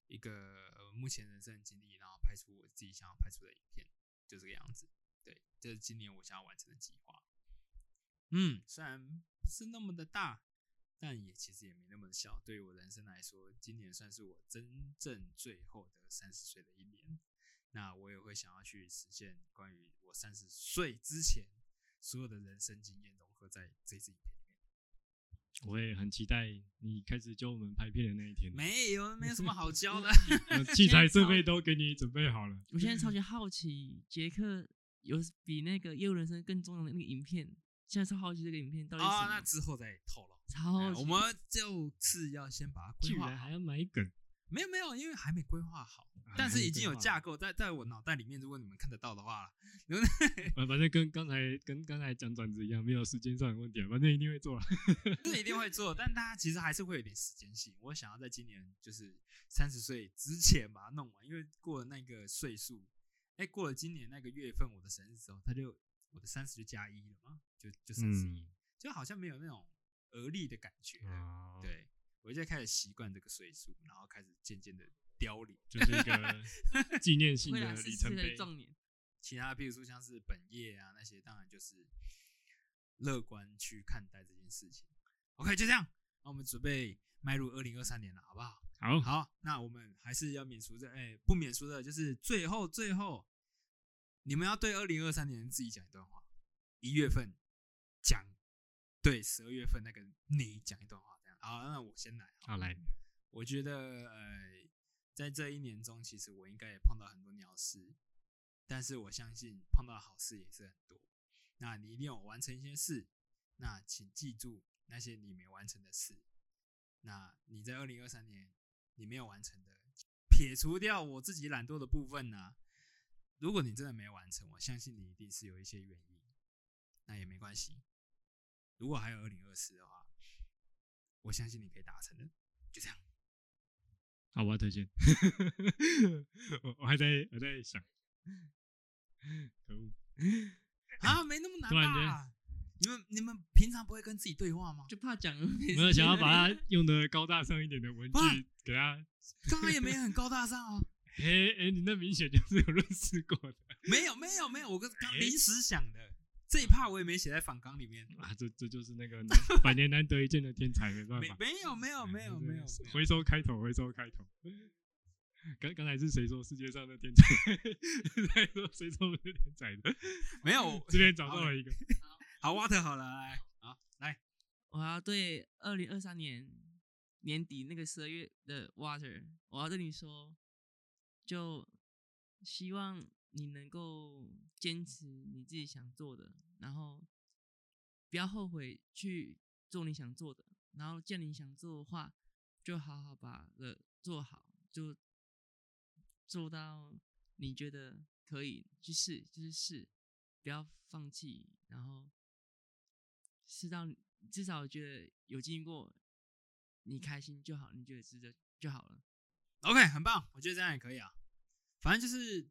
S1: 一个、呃目前人生的经历，然后拍出我自己想要拍出的影片，就这个样子。对，这是今年我想要完成的计划。嗯，虽然不是那么的大，但也其实也没那么的小。对于我人生来说，今年算是我真正最后的三十岁的一年。那我也会想要去实现关于我三十岁之前所有的人生经验融合在这支影片里面。
S2: 我也很期待你开始教我们拍片的那一天。
S1: 没有，没有什么好教的。
S2: 呃器材设备都给你准备好了。
S3: 我现在超级好奇，杰克有比那个《业务人生》更重要的那个影片，现在超好奇这个影片到底
S2: 哦
S3: 是
S1: 啊、
S3: 什么
S1: 那之后再透露。哎
S3: 超级
S1: 我们就是要先把它规
S2: 居
S1: 划
S2: 然
S1: 好
S2: 还，要买梗，
S1: 没有没有，因为还没规划好
S2: 啊，
S1: 但
S2: 还
S1: 是
S2: 没
S1: 已经
S2: 规
S1: 有
S2: 划
S1: 架构在在我脑袋里面。如果你们看得到的 话，
S2: 呃反反正跟刚才跟刚才讲转职一样，没有时间上的问题啊，反正一定会做了。
S1: 是一定会做，但大家其实还是会有点时间性。我想要在今年就是三十岁之前把它弄完，因为过了那个岁数，哎，过了今年那个月份我的生日之后，他就我的三十就加一了嘛，就就三十
S2: 嗯
S1: 一，就好像没有那种额力的感觉了。
S2: 哦，
S1: 对，我现在开始习惯这个岁数，然后开始渐渐的凋零。
S2: 就是一 个纪念性
S3: 会
S2: 的
S3: 来是
S2: 里
S3: 四
S2: 程
S3: 的
S2: 碑。
S3: 重点。
S1: 其他，譬如说像是本业啊那些，当然就是乐观去看待这件事情。OK，就这样，那我们准备迈入二零二三年了，好不好？
S2: 好，
S1: 好，那我们还是要免俗的，哎、不免俗的，就是最后最后，你们要对二零二三年自己讲一段话，一月份讲，对十二月份那个你讲一段话，这样。好，那我先来，
S2: 好来，
S1: 我觉得呃，在这一年中，其实我应该也碰到很多鸟事，但是我相信碰到好事也是很多。那你一定有完成一些事，那请记住那些你没完成的事。那你在二零二三年你没有完成的，撇除掉我自己懒惰的部分呢、啊如果你真的没完成，我相信你一定是有一些原因，那也没关系。如果还有二零二四的话，我相信你可以达成的。就这样。
S2: 好，我要推荐。我我还在我在想，可恶，
S1: 啊，没那么难
S2: 突然
S1: 吧？你们你们平常不会跟自己对话吗？
S3: 就怕讲
S2: 没有想要把它用的高大上一点的文
S1: 哇
S2: 具给它。
S1: 刚刚也没很高大上哦，
S2: 哎哎，你那明显就是有认识过的
S1: 没有没有没有，我刚刚
S2: 哎
S1: 临时想的，这一趴我也没写在访纲里面。
S2: 啊！这这就是那个百年难得一见的天才，没办
S1: 没
S2: 法。
S1: 没有没有没有
S2: 对
S1: 没有，
S2: 是
S1: 没有
S2: 回收开头，回收开头。刚刚才是谁说世界上的天才？ 谁说谁说我是天才的？
S1: 没有。
S2: 这边找到了一个，
S1: 好，water 好了，来，好来，
S3: 我要对二零二三年年底那个十二月的 Water，我要对你说，就希望你能够坚持你自己想做的，然后不要后悔去做你想做的，然后既然你想做的话，就好好把的做好，就做到你觉得可以去试，就是试，不要放弃，然后试到你至少觉得有经历过，你开心就好，你觉得值得就好了。
S1: ，OK，很棒，我觉得这样也可以啊。反正就是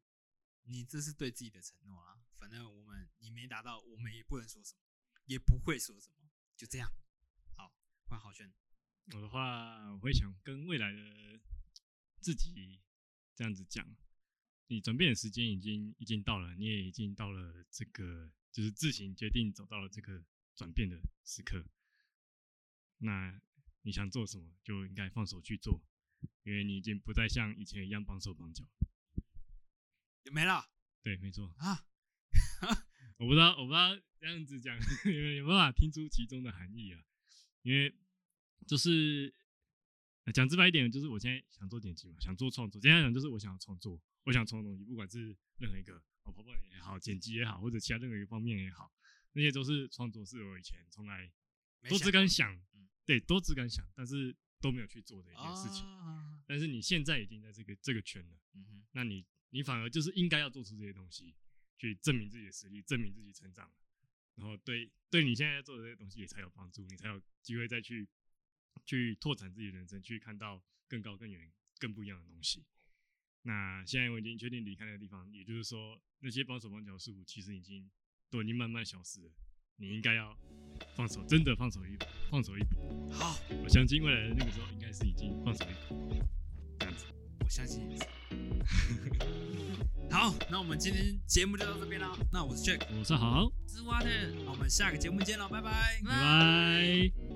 S1: 你这是对自己的承诺啊，反正我们你没达到，我们也不能说什么，也不会说什么，就这样。好，换好轩，
S2: 我的话，我会想跟未来的自己这样子讲，你转变的时间已经已经到了，你也已经到了这个就是自行决定走到了这个转变的时刻。那你想做什么，就应该放手去做，因为你已经不再像以前一样绑手绑脚。
S1: 没了
S2: 对，没错。
S1: 啊！
S2: 我不知道，我不知道这样子讲 有没有办法听出其中的含义啊？因为就是呃讲直白一点，就是我现在想做剪辑嘛，想做创作。简单讲，就是我想要创作，我想创作东西，不管是任何一个哦，跑跑也好，剪辑也好，或者其他任何一个方面也好，那些都是创作，是我以前从来
S1: 没
S2: 都
S1: 想
S2: 只敢
S1: 过
S2: 想
S1: 嗯，
S2: 对，都只敢想，但是都没有去做的一件事情。
S1: 啊
S2: 但是你现在已经在这个这个圈了。
S1: 嗯哼，
S2: 那你你反而就是应该要做出这些东西，去证明自己的实力，证明自己成长，然后对对你现在做的这些东西也才有帮助，你才有机会再去去拓展自己的人生，去看到更高、更远、更不一样的东西。那现在我已经确定离开那个地方，也就是说，那些帮手帮脚的束缚其实已经都已经慢慢消失了。你应该要放手，真的放手一放手一搏。
S1: 好，
S2: 我相信未来的那个时候，应该是已经放手一搏，这样子。
S1: 我相信你。 好，那我们今天节目就到这边啦。那我是 Jack，
S2: 我是好，
S3: 之蛙的。
S1: 那我们下个节目见喽，拜拜。
S2: 拜拜。